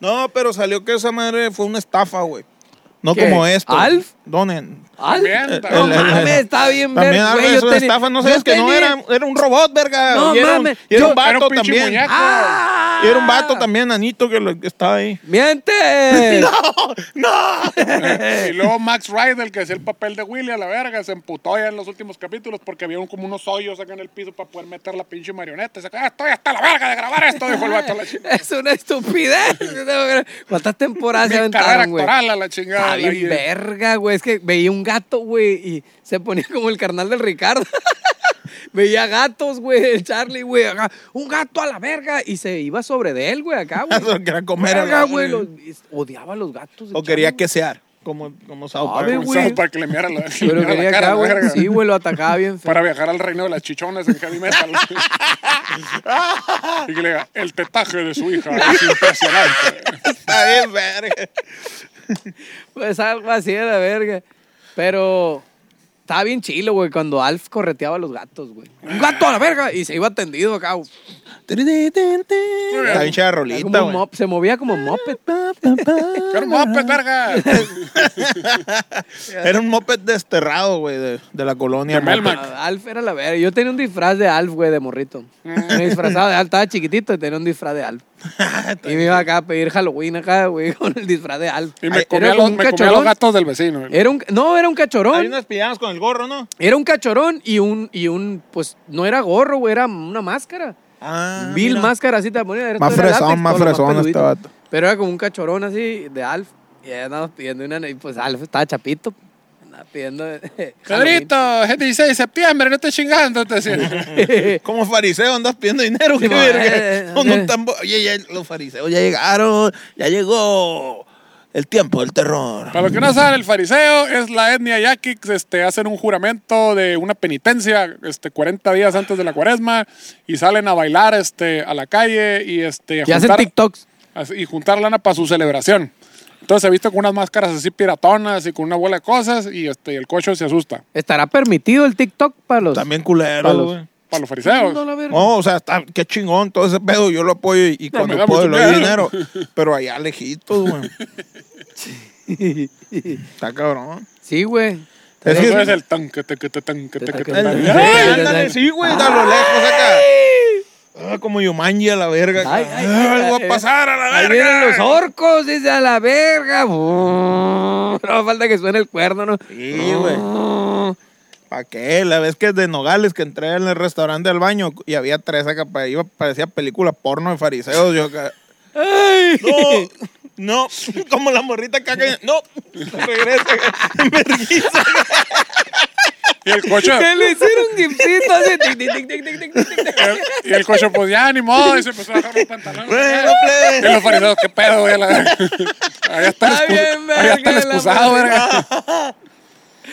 No, pero salió que esa madre fue una estafa, güey. No ¿Qué? como esto. ¿Alf? Donen. También, Al- también. No El- el- mames, está bien También verga. algo güey, de yo eso de tenía- estafa, no yo sabes que no tenía- era, era un robot, verga. No y era mames, Un, y era yo- un vato Era un pinche también. muñeco. ¡Ah! Y era un vato también, Anito, que, lo- que estaba ahí. ¡Miente! Y luego Max Ryder, el que hacía el papel de Willy a la verga, se emputó ya en los últimos capítulos porque vieron como unos hoyos acá en el piso para poder meter la pinche marioneta. Y se ah, estoy hasta la verga de grabar esto, dijo el vato a la chingada. Es una estupidez. ¿Cuántas temporadas se Mi carrera aventaron, güey? actoral a la chingada. Está la- bien verga, güey. Es que veía un gato, güey, y se ponía como el carnal del Ricardo. veía gatos, güey, el Charlie, güey, acá. Un gato a la verga. Y se iba sobre de él, güey, acá, Eso güey. que era comer al Verga, gato. güey. los- odiaba a los gatos. el O quería Charlie. que sear. Como, como Sao Sabe, Paulo. güey. Para que le mirara la, le Pero mirara la quería cara, acá, la güey. verga. Sí, güey, lo atacaba bien feo. Para viajar al reino de las chichones en heavy metal. y que le diga, el tetaje de su hija es impresionante. Está bien, verga. Pues algo así de la verga. Pero estaba bien chilo, güey, cuando Alf correteaba a los gatos, güey. Un gato a la verga. Y se iba tendido acá. güey. Está bien chida Era rolita, como un güey. mop- se movía como moped. ¡Qué moped, verga! Era un moped desterrado, güey, de, de la colonia. De Melman. Ah, Alf era la verga. Yo tenía un disfraz de Alf, güey, de morrito. Me disfrazaba de Alf. Estaba chiquitito y tenía un disfraz de Alf. Y me iba acá a pedir Halloween acá, güey, con el disfraz de Alf. Y me Era comía, los, como un Eh, me comía cachorón. los gatos del vecino. Era un, no, era un Hay cachorón. unas pijamas con el gorro, ¿no? Era un cachorón y un, y un, pues, no era gorro, güey, era una máscara. Ah, Vil mira. máscara así te la ponía. era- Más todo era fresón, más todo lo fresón este peludito. vato. Pero era como un cachorón así de Alf. Y ahí andábamos pidiendo una. Y pues Alf estaba chapito. Andaba pidiendo. eh, Pedrito, es 16 de septiembre, no estoy chingando, te decía. Halloween. Como fariseo andas pidiendo dinero, Sí, qué ma, verga. eh, Con un eh. tambor. Oye, ya los fariseos ya llegaron, ya llegó el tiempo del terror. Para los que no saben, el fariseo es la etnia yaqui, este, hacen un juramento de una penitencia este, 40 días antes de la cuaresma y salen a bailar este, a la calle y, este, a y hacen juntar- TikToks. así- y juntar lana para su celebración. Entonces se viste con unas máscaras así piratonas y con una bola de cosas y este, el cocho se asusta. ¿Estará permitido el TikTok para los. También Palos. culero, güey. Para los No, fariseos. la verga. No, o sea, está, qué chingón todo ese pedo. Yo lo apoyo y, y No, cuando me da puedo mucho le doy miedo. dinero. Pero allá lejitos, güey. Está cabrón. Sí, güey. Es que- Eso es el tanque, tanque, tanque, tanque, tanque. Ay, ¡Ay! ándale, sí, güey, a lo lejos acá. Ah, como Yumanji a la verga. acá. Ay, ay, Ah, ay, voy ay, a pasar a la verga. Ahí vienen los orcos, dice a la verga. No falta que suene el cuerno, ¿no? Sí, güey. ¿Para qué? La vez que de Nogales que entré en el restaurante del baño y había tres acá, pa- iba, parecía película porno de fariseos. Yo acá. Ay. No, no, como la morrita acá. que- No, regresa. Vergüenza. Y el coche, Que le hicieron gipsito así. tic, tic, tic, tic, tic, tic, tic, tic. y el coche, pues ya, ni modo, y se empezó a bajar los pantalones. Bueno, plebe. Y los fariseos, qué pedo, güey, a la verga. Allá están, Está expu- bien, verga, allá están la excusados, madre. verga.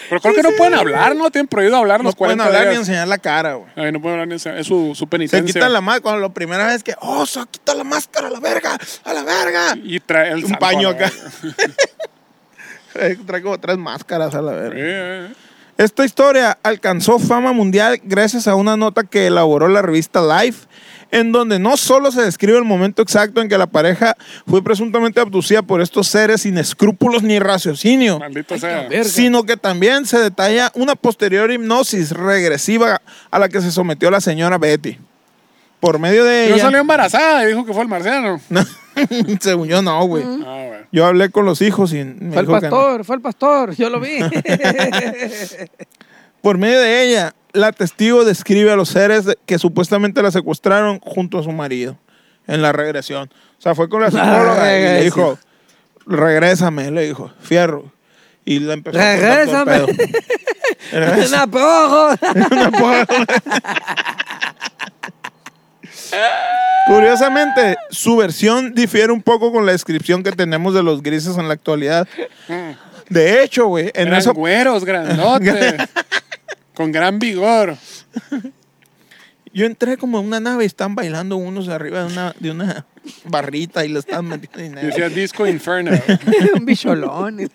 Pero creo que no pueden hablar, ¿no? Tienen prohibido hablar No los pueden 40 hablar ni días. enseñar la cara, güey. Ay, no pueden hablar ni enseñar. Es su, su Se penitencia. quita la máscara. Cuando la primera vez que, oh, se quita la máscara, a la verga, a la verga. Y trae el Un saco, paño la acá. verga. Eh, Trae como tres máscaras a la verga. Eh, eh. Esta historia alcanzó fama mundial gracias a una nota que elaboró la revista Life, en donde no solo se describe el momento exacto en que la pareja fue presuntamente abducida por estos seres sin escrúpulos ni raciocinio, Maldito sea. verga. sino que también se detalla una posterior hipnosis regresiva a la que se sometió la señora Betty. Por medio de Yo ella, salió embarazada y dijo que fue el marciano. según yo no, güey. Ah, bueno. Yo hablé con los hijos y me Fue el dijo que no. pastor, fue el pastor, yo lo vi. Por medio de ella, la testigo describe a los seres de- que supuestamente la secuestraron junto a su marido en la regresión. O sea, fue con la psicóloga y le regresión. dijo, regrésame, le dijo, fierro. Y la empezó a cortar todo el Regrésame. pedo. Regrésame. Una pojo. Una porra. Curiosamente, su versión difiere un poco con la descripción que tenemos de los grises en la actualidad. De hecho, güey, en Eran eso güeros grandotes. con gran vigor. Eh. Yo entré como a una nave y están bailando unos arriba de una, de una barrita y le están metiendo dinero. Decía Disco Inferno. Un bicholón.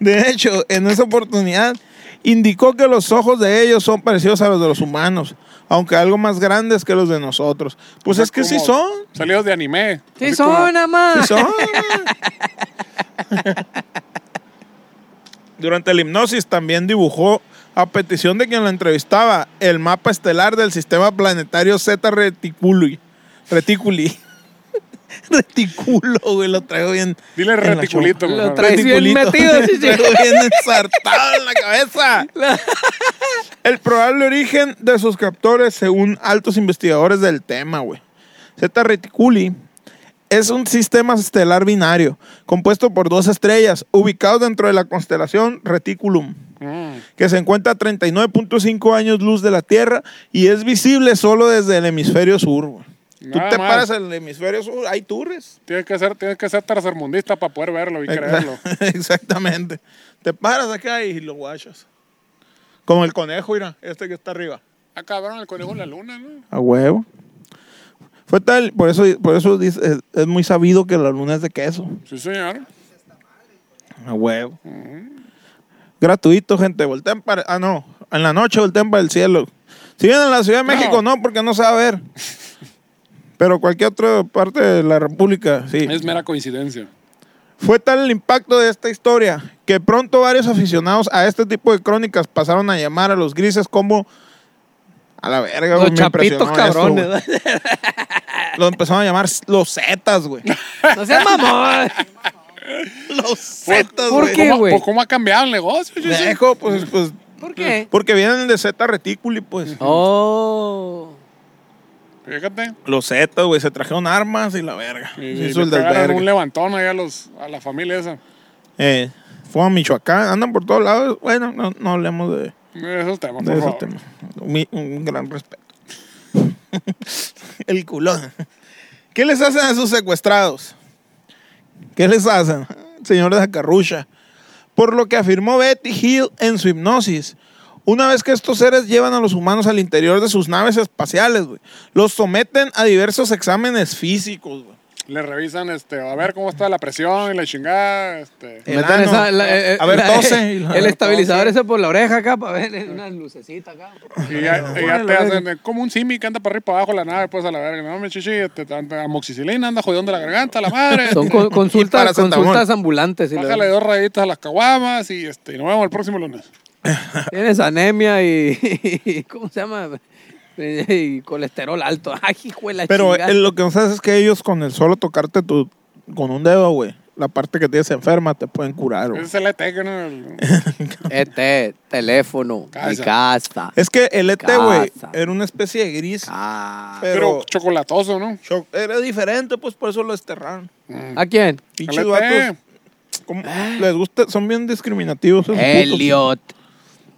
De hecho, en esa oportunidad indicó que los ojos de ellos son parecidos a los de los humanos, aunque algo más grandes que los de nosotros. Pues es que sí Como son. Salidos de anime. Sí, Así son, como- Sí mamá. son. Durante la hipnosis también dibujó, a petición de quien la entrevistaba, el mapa estelar del sistema planetario Z Reticuli. Reticuli. Reticulo, güey, lo traigo bien. Dile en la reticulito. chompa. mejor. Lo traes bien Reticulito. metido, sí, sí. Lo traigo bien ensartado en la cabeza. El probable origen de sus captores, según altos investigadores del tema, güey. Zeta Reticuli es un sistema estelar binario compuesto por dos estrellas ubicados dentro de la constelación Reticulum, Mm. que se encuentra a 39.5 años luz de la Tierra y es visible solo desde el hemisferio sur. güey. Tú Nada te más. paras en el hemisferio sur, hay tours. Tienes que ser, tienes que ser tercermundista para poder verlo y creerlo. Exactamente. Te paras acá y lo guachas. Como el conejo, mira, este que está arriba. Ah, cabrón, el conejo en la luna, ¿no? A huevo. Fue tal, por eso, por eso dice- es, es muy sabido que la luna es de queso. Sí, señor. A huevo. Gratuito, gente. Volteen para. Ah, no. En la noche volteen para el cielo. Si vienen a la Ciudad de No. México, no, porque no se va a ver. Pero cualquier otra parte de la República, sí. Es mera coincidencia. Fue tal el impacto de esta historia que pronto varios aficionados a este tipo de crónicas pasaron a llamar a los grises como. A la verga, Los güey, me chapitos impresionó esto, güey. cabrones. Lo empezaron a llamar los Zetas, güey. No seas mamón. los Zetas, ¿Por güey. qué, ¿Cómo, güey? pues, ¿Cómo ha cambiado el negocio? Sí, sí. Dejo, pues, pues. ¿Por qué? Porque vienen de Z Reticuli, pues. Oh. Fíjate. Los Zetas, güey, se trajeron armas y la verga. Y, Se y hizo le el pegaron un desvergue. levantón ahí a, los, a la familia esa. Eh, fue a Michoacán, andan por todos lados. Bueno, no, no hablemos de, De esos temas, de por esos favor. temas. Mi- un gran respeto. el culón. ¿Qué les hacen a sus secuestrados? ¿Qué les hacen? Señor de Zacarrucha. Por lo que afirmó Betty Hill en su hipnosis. Una vez que estos seres llevan a los humanos al interior de sus naves espaciales, güey, los someten a diversos exámenes físicos, güey. Le revisan, este, a ver cómo está la presión y la chingada, este. El Meten ano. esa- la- eh, eh, A ver, la- tose. El estabilizador ese por la oreja acá, para ver, eh, una lucecita acá. Y ya, y ya Órale, te órale. hacen eh, como un simi que anda para arriba y para abajo la nave, pues a la verga. No, mi chichi, este, anda amoxicilina, anda jodiendo la garganta, la madre. Son co- Y consultas, paracetamol. consultas ambulantes. y la- Bájale dos rayitas a las caguamas y este, y nos vemos el próximo lunes. Tienes anemia y, y- ¿Cómo se llama? Y colesterol alto. Ay, hijo de la Pero chingada. eh, lo que no sabes es que ellos con el solo tocarte tu, con un dedo, güey, la parte que tienes enferma te pueden curar, güey. Ese es el ET que no. el- Este teléfono, mi Casa. casa. Es que el ET, güey, Casa. era una especie de gris. Ah. Pero Pero, chocolatoso, ¿no? cho- era diferente, pues por eso lo desterraron. ¿A quién? Pinches Al ET. vatos, como- Ah. les gusta, son bien discriminativos esos putos. Elliot.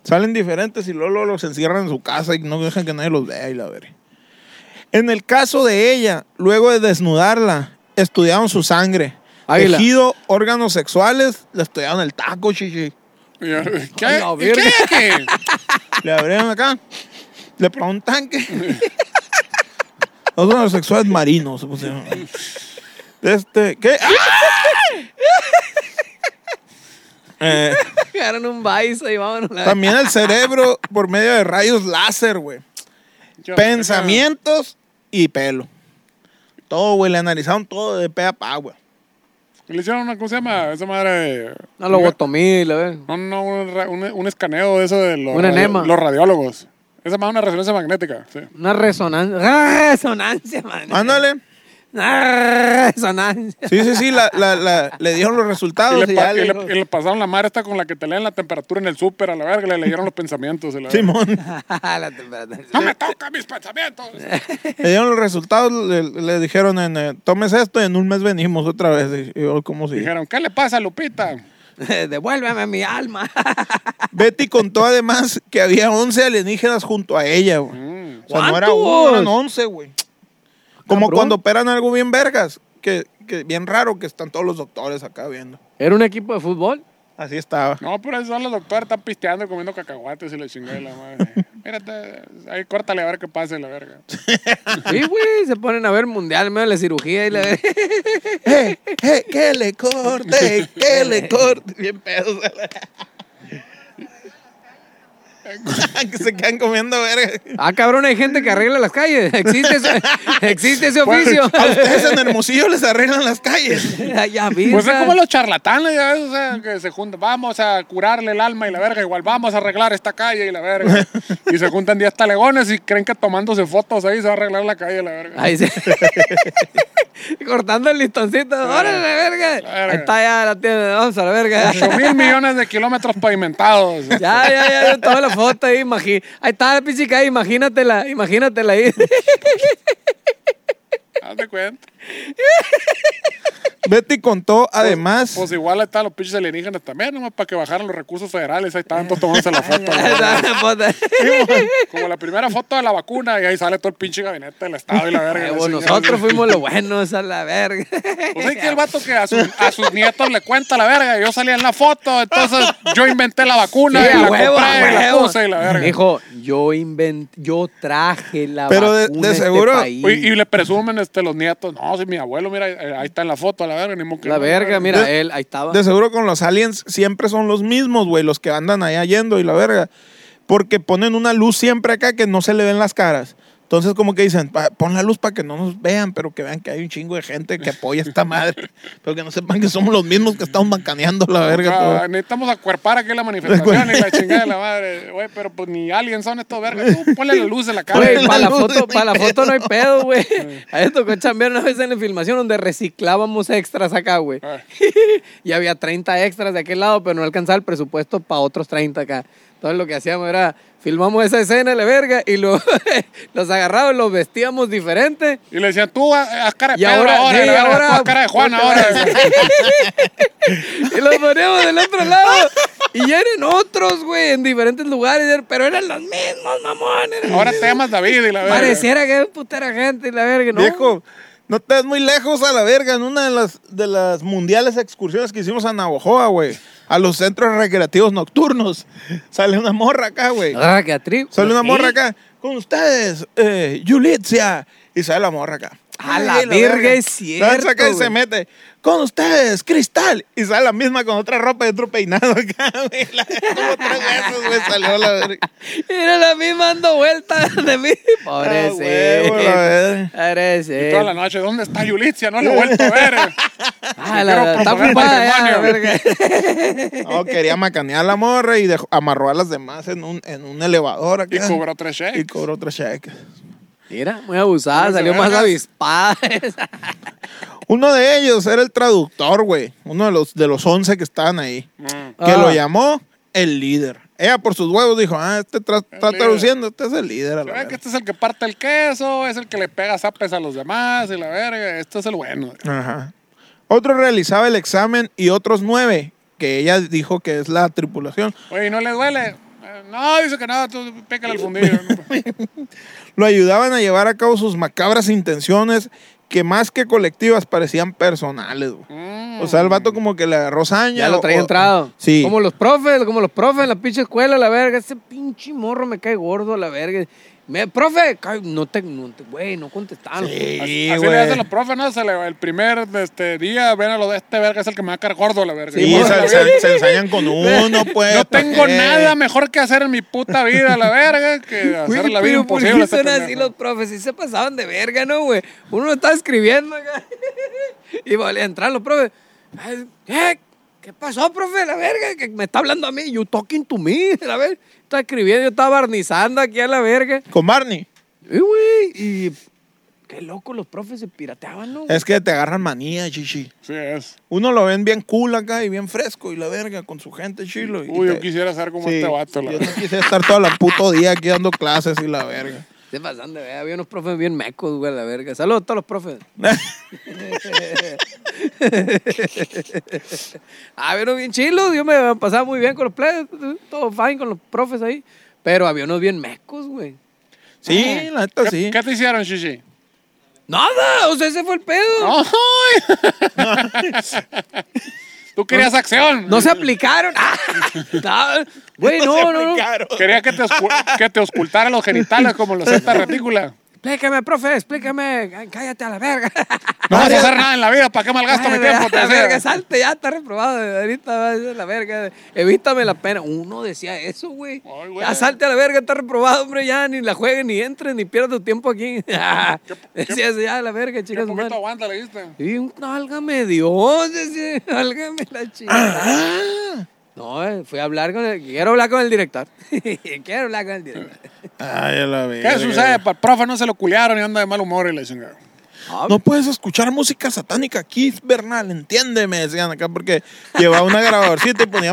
Salen diferentes y luego, luego los encierran en su casa y no dejan que nadie los vea y la verga. En el caso de ella, luego de desnudarla, estudiaron su sangre. Águila. Tejido, órganos sexuales, le estudiaron el taco, chichi. Y yo, ¿Qué? A la ¿Y qué? verga. ¿Qué? Le abrieron acá. Le pegó un tanque. Órganos sexuales marinos. se pusieron. Este, ¿qué? ¡Ah! Eh, Llegaron un vice y vámonos. a la- también el cerebro por medio de rayos láser, güey. Yo- Pensamientos y pelo. Todo, güey. Le analizaron todo de pe a pa, güey. Le hicieron una, ¿cómo se llama? Esa madre. de- Una lobotomía, la ver. No, no, un, ra- un- un escaneo de eso de los, Un enema. los radiólogos. Esa más una resonancia magnética. Sí. Una resonancia. ¡Ah, resonancia, man. Ándale. Una resonancia. Sí, sí, sí. La, la, la- le dieron los Y resultados. le, y pa- ya le y le- dijo, y le pasaron la madre esta con la que te leen la temperatura en el súper a la verga, le leyeron los pensamientos. y la verga. Simón. la temperatura. ¡No me toca mis pensamientos! Le dieron los resultados, le, le dijeron, en, eh, tomes esto y en un mes venimos otra vez. Y yo, ¿cómo si? Dijeron, ¿qué le pasa a Lupita? Devuélveme mi alma. Betty contó además que había 11 alienígenas junto a ella, güey. Mm. O sea, no era ¿Cuántos? uno, eran 11, güey. Como Cabrón. cuando operan algo bien vergas, que, que bien raro que están todos los doctores acá viendo. ¿Era un equipo de fútbol? Así estaba. No, pero esos son los doctores, están pisteando, comiendo cacahuates y le chingada de la madre. Mírate, ahí córtale a ver qué pasa y la verga. Sí, güey. Se ponen a ver mundial en medio de la cirugía y la ¡Eh, eh, que le corte! ¡Que le corte! Bien pedos. que se quedan comiendo verga. Ah, cabrón, hay gente que arregla las calles. Existe ese, existe ese Pues, oficio. A ustedes en Hermosillo les arreglan las calles. ya vi. Pues es como los charlatanes, ya ves, o sea, que se juntan, vamos a curarle el alma y la verga, igual vamos a arreglar esta calle y la verga. Y se juntan 10 talegones y creen que tomándose fotos ahí se va a arreglar la calle y la verga. Ahí se... Cortando el listoncito. ¡Órale, verga! verga. Ahí está ya la tienda. Vamos a la verga. 8 mil millones de kilómetros pavimentados. Ya, ya, ya, toda la foto ahí, imagi- ahí está la pinche calle, imagínatela, imagínatela ahí. Haz de cuenta. Betty contó además. Pues igual ahí están los pinches alienígenas también, nomás para que bajaran los recursos federales, ahí estaban todos tomándose la foto. Ahí güey. está la foto. Como la primera foto de la vacuna y ahí sale todo el pinche gabinete del Estado y la verga. Eh, la bueno, chingada. nosotros fuimos los buenos a la verga. Pues es que el vato que a, su- a sus nietos le cuenta la verga. Yo salía en la foto, entonces yo inventé la Sí, vacuna y a la huevo, compré a y la huevo. puse y la verga. Dijo, yo inventé, yo traje la Pero de- vacuna de a este seguro- país". Oye, y le presumen este, los nietos. No, si mi abuelo, mira, eh, ahí está en la foto, la verga. Ni modo que La no, verga, mira, De- él, ahí estaba. De seguro con los aliens siempre son los mismos, güey, los que andan allá yendo y la verga. Porque ponen una luz siempre acá que no se le ven las caras. Entonces como que dicen, "Pa- pon la luz para que no nos vean, pero que vean que hay un chingo de gente que apoya esta madre. pero que no sepan que somos los mismos que estamos macaneando la verga. Ah, todo". necesitamos acuerpar aquí la manifestación y la chingada de la madre. Güey, pero pues ni aliens son estos vergas. Tú ponle la luz en la cara. Güey, la para la luz, foto, no hay para la pedo. foto no hay pedo, güey. A mí me tocó chambear una vez en la filmación donde reciclábamos extras acá, güey. Ah. y había 30 extras de aquel lado, pero no alcanzaba el presupuesto para otros 30 acá. Entonces lo que hacíamos era, filmamos esa escena de la verga y luego los agarrábamos, los vestíamos diferente. Y le decían, tú haz haz cara de Y Pedro ahora- ahora, sí, y la verga, ahora- tú haz cara de Juan ponte ahora. ahora. Y los poníamos del otro lado. Y ya eran otros, güey, en diferentes lugares, pero eran los mismos, mamón. eran los ahora te llamas David y la verga. Pareciera que es putera gente y la verga, ¿no? Viejo, no estás muy lejos a la verga. En una de las, de las mundiales excursiones que hicimos a Navojoa, güey. A los centros recreativos nocturnos. Sale una morra acá, güey. Ah, qué atril. Sale una morra acá. Con ustedes, eh, Yulitzia. Y sale la morra acá. A la verga, es La cierto, saca y se güey. mete. Con ustedes, cristal. Y sale la misma con otra ropa y otro peinado acá, güey. La- Como tres veces, güey, salió la verga. Era la misma dando vueltas de mí. Ah, huevo, la Pobrecito. verga. Toda la Pobrecito. noche, ¿dónde está Yulitzia? No la he vuelto a ver. Ah, quiero la, está proponer ocupada ya, la matrimonio. verga. No, quería macanear a la morra y dejó- amarró a las demás en un, en un elevador acá. Y cobró tres cheques. Y cobró tres cheques. Mira, muy abusada, Vamos a salió más verlas. avispada. esa. Uno de ellos era el traductor, güey. Uno de los, de los 11 que estaban ahí. Mm. Que Ah. lo llamó el líder. Ella por sus huevos dijo, ah, este tra- está líder. traduciendo, este es el líder. a la ¿Será que verga". este es el que parte el queso? ¿Es el que le pega zapes a los demás? Y la verga, este es el bueno. Ajá. Otro realizaba el examen y otros nueve, que ella dijo que es la tripulación, Oye, ¿y ¿no le duele? Eh, No, dice que nada, tú pécale al fundillo. lo ayudaban a llevar a cabo sus macabras intenciones que más que colectivas parecían personales. güey. Mm. O sea, el vato como que le agarró saña. Ya lo o- traía o- entrado. Sí. Como los profes, como los profes en la pinche escuela, la verga. Ese pinche morro me cae gordo, la verga. Me, profe, ca- no te, no te- güey, no contestaron. Sí, Así, así güey. le hacen los profes, ¿no? Se le- el primer este, día ven a lo de este verga, es el que me va a caer gordo la verga. Sí, Y la se, verga, se- se ensañan con uno, pues. no ¿pa' tengo qué? nada mejor que hacer en mi puta vida la verga que Güey, hacer la vida pero ¿por qué imposible. a este son así pendejo. los profes? Sí se pasaban de verga, ¿no, güey? Uno lo estaba escribiendo acá. Y volví a entrar los profes. Ay, ¿Qué? ¿Qué pasó, profe? La verga, que me está hablando a mí. You talking to me, la verga. Estaba escribiendo, yo estaba barnizando aquí a la verga. Con Barney. Y, güey, y... Qué loco, los profes se pirateaban, ¿no? güey? Es que te agarran manía, chichi. Sí, es. Uno lo ven bien cool acá y bien fresco y la verga con su gente chilo. y Uy, te- yo quisiera ser como Sí, este vato. La Yo verga. no quisiera estar todo el puto día aquí dando clases y la verga. Se pasaban de verga. eh. Había unos profes bien mecos, güey, a la verga. Saludos a todos los profes. Ah, había unos bien chilos, yo me pasaba muy bien con los plebes, todo fine con los profes ahí, pero había unos bien mecos, güey. sí, la neta ¿Qué, sí. qué te hicieron, Shishi? Nada, o sea, ese fue el pedo. No, ¡Ay! Tú querías acción. se aplicaron. Ah, no, güey, no, no, no. Claro. Quería que te, oscu- que te oscultara los genitales como lo hace esta retícula. Explícame, profe, explícame. Ay, Cállate a la verga. No vas a hacer nada en la vida, ¿para qué malgasto mi Ay, tiempo? a la Te verga, decía. salte, ya está reprobado. Ahorita va a ser la verga. Evítame la pena. Uno decía eso, güey. Ay, güey. Ya salte a la verga, está reprobado, hombre. Ya ni la juegues, ni entres, ni pierdas tu tiempo aquí. Decía eso, ya la verga, ¿Qué chicas. poquito aguanta le diste? Y un, álgame Dios, decía, álgame la chica. Ah. No, eh, fui a hablar con el, quiero hablar con el director. quiero hablar con el director. Ay, a la ¿Qué verga. sucede? Para el profe no se lo culiaron y anda de mal humor y le chingaron. No, No puedes escuchar música satánica aquí, Bernal, entiéndeme, decían acá, porque llevaba una grabadorcita y ponía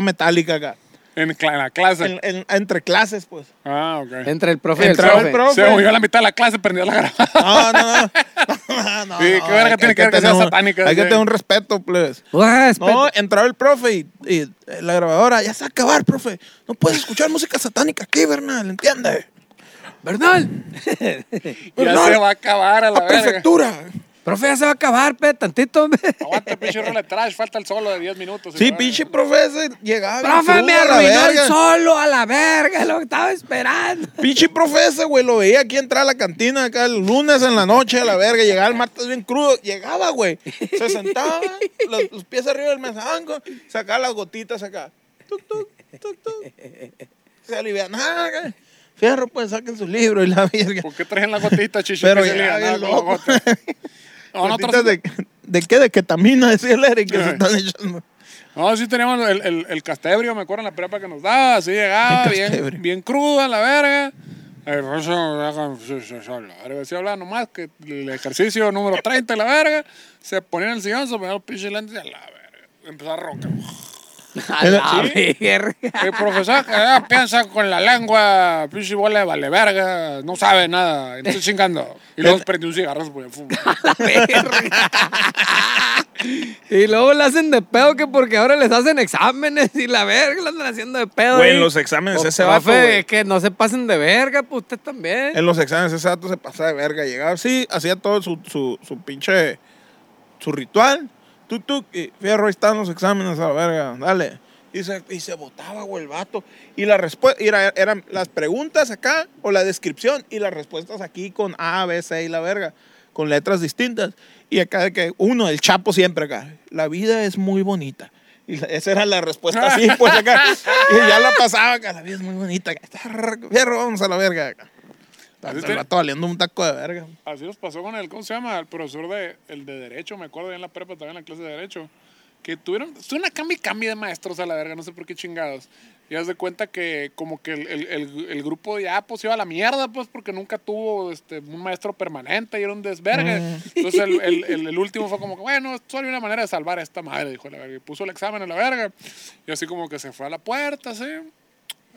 metálica acá. En cla- en la clase. En- en- entre clases, pues. Ah, ok. Entre el profe y el Entraba profe. el profe. Se movió la mitad de la clase, perdió la grabada. No, no, no. no, no, Sí, qué no, verga hay- tiene hay que ver que sea tener un- satánica, Hay que sí. tener un respeto, plebes. Ah, espera. No, eh. entraba el profe y, y eh, la grabadora, ya se va a acabar, profe. No puedes escuchar música satánica aquí, Bernal, ¿entiendes? Bernal, Ya no, se va a acabar a la La verga. prefectura. profe, ya se va a acabar, pe, tantito, hombre. Aguanta, pinche rola de trash, falta el solo de 10 minutos. y Sí, la verga. pinche profe ese llegaba. bien Profe, me crudo a la arruinó el verga. solo a la verga, lo que estaba esperando. Pinche profe ese, güey, lo veía aquí entrar a la cantina acá el lunes en la noche a la verga. Llegaba el martes bien crudo. Llegaba, güey. Se sentaba, los, los pies arriba del mesango, sacaba las gotitas acá. Tuc, tuc, tuc, tuc. Se alivianaba, güey. Fierro, pues saquen sus libros y la verga. ¿Por qué traen la gotita, chichi? Pero Que se liga, ya, bien no, loco. como gota. No, Gotitas nosotros, de, ¿De qué? De ketamina, decía el Eric, que se Ay. están echando. no, sí teníamos el, el, el castebrio, me acuerdo en la prepa que nos daba, así llegaba, El castebrio. bien, bien cruda la verga. El ruso, la verga, así hablaba nomás que el ejercicio número 30 la verga, se ponía en el sillón, se ponía los pinches lentes y a la verga, empezó a roncar. A la verga. El profesor que ah, piensa con la lengua, pinche bola de vale verga, no sabe nada, y me estoy chingando. Y luego prendí un cigarro, pues, fum. Y luego le hacen de pedo que porque ahora les hacen exámenes y la verga, le andan haciendo de pedo. Güey, ahí. en los exámenes Oh, ese profe, vato, güey. es que no se pasen de verga, pues usted también. En los exámenes ese dato se pasaba de verga. Llegaba así, hacía todo su, su, su pinche. su ritual. Tú, tú, y fierro, ahí están los exámenes a la verga, dale. Y se, y se botaba, güey, el vato. Y la respuesta, era, eran las preguntas acá, o la descripción, y las respuestas aquí con A, B, C y la verga. con letras distintas. Y acá de que uno, el Chapo siempre acá, la vida es muy bonita. Y la- esa era la respuesta así, pues acá. Y ya la pasaba acá, la vida es muy bonita. Acá. Fierro, vamos a la verga acá. Así El te- vato valiendo un taco de verga. Así nos pasó con el, ¿cómo se llama? El profesor de, el de Derecho, me acuerdo, ahí en la prepa, también en la clase de Derecho. Que tuvieron, estuvieron a cambio y cambio de maestros a la verga, no sé por qué chingados. Y haz de cuenta que como que el, el- el- el grupo de ya, pues iba a la mierda, pues, porque nunca tuvo este, un maestro permanente y era un desvergue. Entonces el, el- el- el último fue como que, bueno, solo hay una manera de salvar a esta madre, dijo la verga. Y puso el examen a la verga. Y así como que se fue a la puerta, así.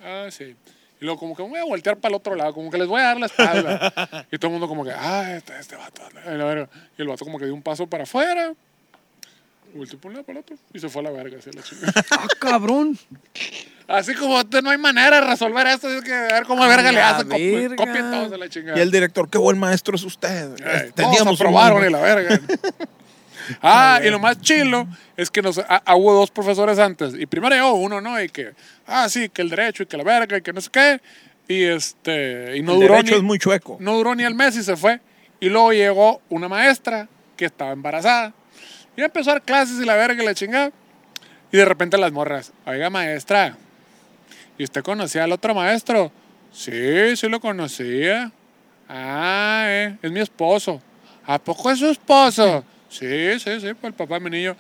Ah, sí. Y luego como que me voy a voltear para el otro lado, como que les voy a dar la espalda. y todo el mundo como que, ah, este, este vato. a la verga. Y el vato como que dio un paso para afuera. Volteó por un lado para el otro y se fue a la verga. Así, a la chingada. Ah, cabrón. Así como "Este, no hay manera de resolver esto, tienes que ver cómo verga le la hacen. Copien verga. copien todos a la chingada. Y el director, qué buen maestro es usted. Este, Ay, Teníamos Eh, todos aprobaron un- y la verga. Ah, y lo más chilo es que nos, ah, ah, hubo dos profesores antes. Y primero llegó uno, ¿no? Y que, ah, sí, que el derecho y que la verga y que no sé qué. Y este, y no el duró derecho ni, es muy chueco. no duró ni el mes y se fue. Y luego llegó una maestra que estaba embarazada. Y empezó a dar clases y la verga y la chingada. Y de repente las morras, oiga maestra, ¿y usted conocía al otro maestro? Sí, sí lo conocía. Ah, eh, es mi esposo. ¿A poco es su esposo? Sí, sí, sí, pues el papá de mi niño.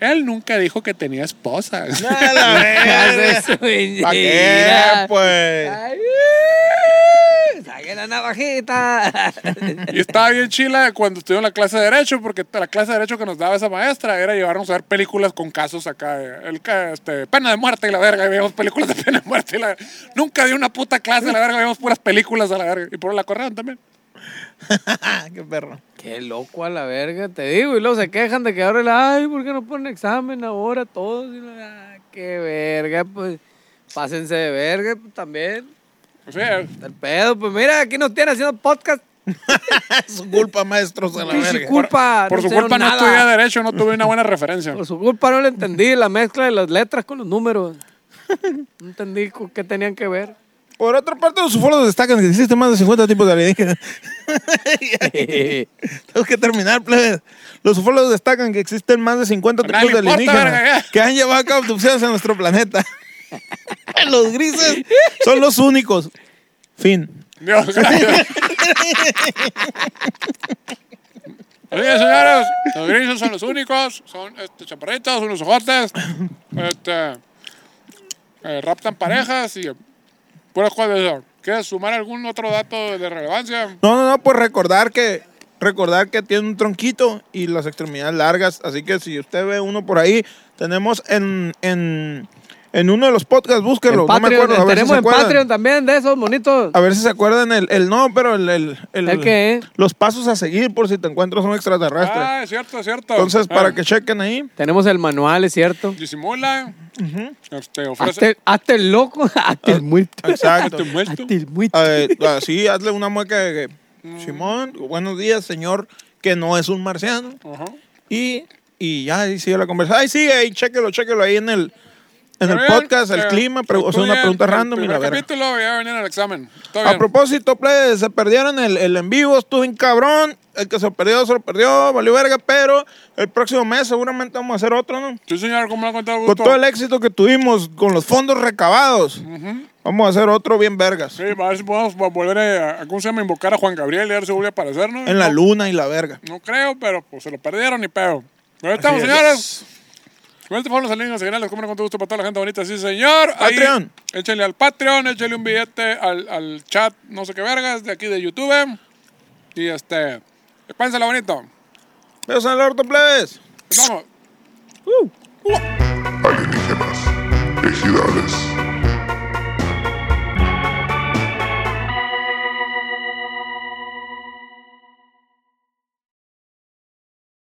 Él nunca dijo que tenía esposa. A la verga. Haces eso, ¿Pa' qué, mira. pues? Ay, eh, Saque la navajita. Y estaba bien chila cuando estuve en la clase de Derecho, porque la clase de Derecho que nos daba esa maestra era llevarnos a ver películas con casos acá, de- el, ca- este, pena de muerte y la verga, y veíamos películas de pena de muerte y la Nunca di una puta clase a la verga, veíamos puras películas a la verga. Y por la corrieron también. Ah, qué perro. Qué loco a la verga, te digo. Y luego se quejan de que ahora, la- ay, ¿por qué no ponen examen ahora todos? Y la- ah, qué verga, pues. Pásense de verga pues, también. O sea, El pedo, pues mira, aquí nos tienen haciendo podcast. pues, Es su culpa, maestros, a la Pinche verga. culpa. por Ah, no su hicieron culpa no nada. estudié Derecho, no tuve una buena referencia. Por su culpa no le entendí la mezcla de las letras con los números. No entendí con qué tenían que ver. Por otra parte, los ufólogos destacan que existen más de 50 tipos de alienígenas. Tengo que terminar, plebes. Los ufólogos destacan que existen más de 50 A tipos nadie de le importa, alienígenas verga, ya. que han llevado a cabo abducciones en nuestro planeta. los grises son los únicos. Fin. Dios, gracias. Oye, señores, los grises son los únicos, son este, chaparritos, son unos ojotes, este, eh, raptan parejas y puras cosas de eso. ¿Quieres sumar algún otro dato de relevancia? No, no, no, pues recordar que recordar que tiene un tronquito y las extremidades largas, así que si usted ve uno por ahí, tenemos en en, en uno de los podcasts, búsquelo, En no me Patreon, acuerdo, a ver si tenemos se en acuerdan. Patreon también de esos bonitos. A ver si se acuerdan el, el no, pero el, el, ¿El qué? los pasos a seguir por si te encuentras un extraterrestre. Ah, es cierto, es cierto. Entonces, para Ah, que chequen ahí. Tenemos el manual, es cierto. Disimula, este, ofrece... Hazte, hazte el loco, hazte el muerto. Exacto. hazte muerto. Hazte el muerto. A ver, así, hazle una mueca de Mm. que, Simón, buenos días, señor, que no es un marciano. Ajá. Y, y ya, ahí sigue la conversación. Ahí sigue, ahí, chéquelo, chéquelo ahí en el, en el Está bien, podcast, el eh, clima, pero, o sea, estudia una pregunta el random y la primer verga. Ah, capítulo y ya venía en el examen. Todo A bien. propósito, plebes, se perdieron el, el en vivo, estuvo en cabrón. El que se lo perdió, se lo perdió, valió verga, pero el próximo mes seguramente vamos a hacer otro, ¿no? Sí, señor, como lo ha contado Con gusto. todo el éxito que tuvimos, con los fondos recabados, vamos a hacer otro bien vergas. Sí, a ver si podemos volver a, a- ¿cómo se llama? Invocar a Juan Gabriel y a ver si vuelve a aparecer, ¿no? En la no, luna y la verga. No creo, pero pues se lo perdieron y pedo. Pero ahí estamos, es. señores. Con este fueron los alienígenas señales, como con todo gusto para toda la gente bonita. Sí, señor. Ahí, Patreon. échale al Patreon, échale un billete al, al chat, no sé qué vergas, de aquí de YouTube. Y este, la bonito. Besos en el orto, plebes. Nos vamos. alienígenas, ejidales,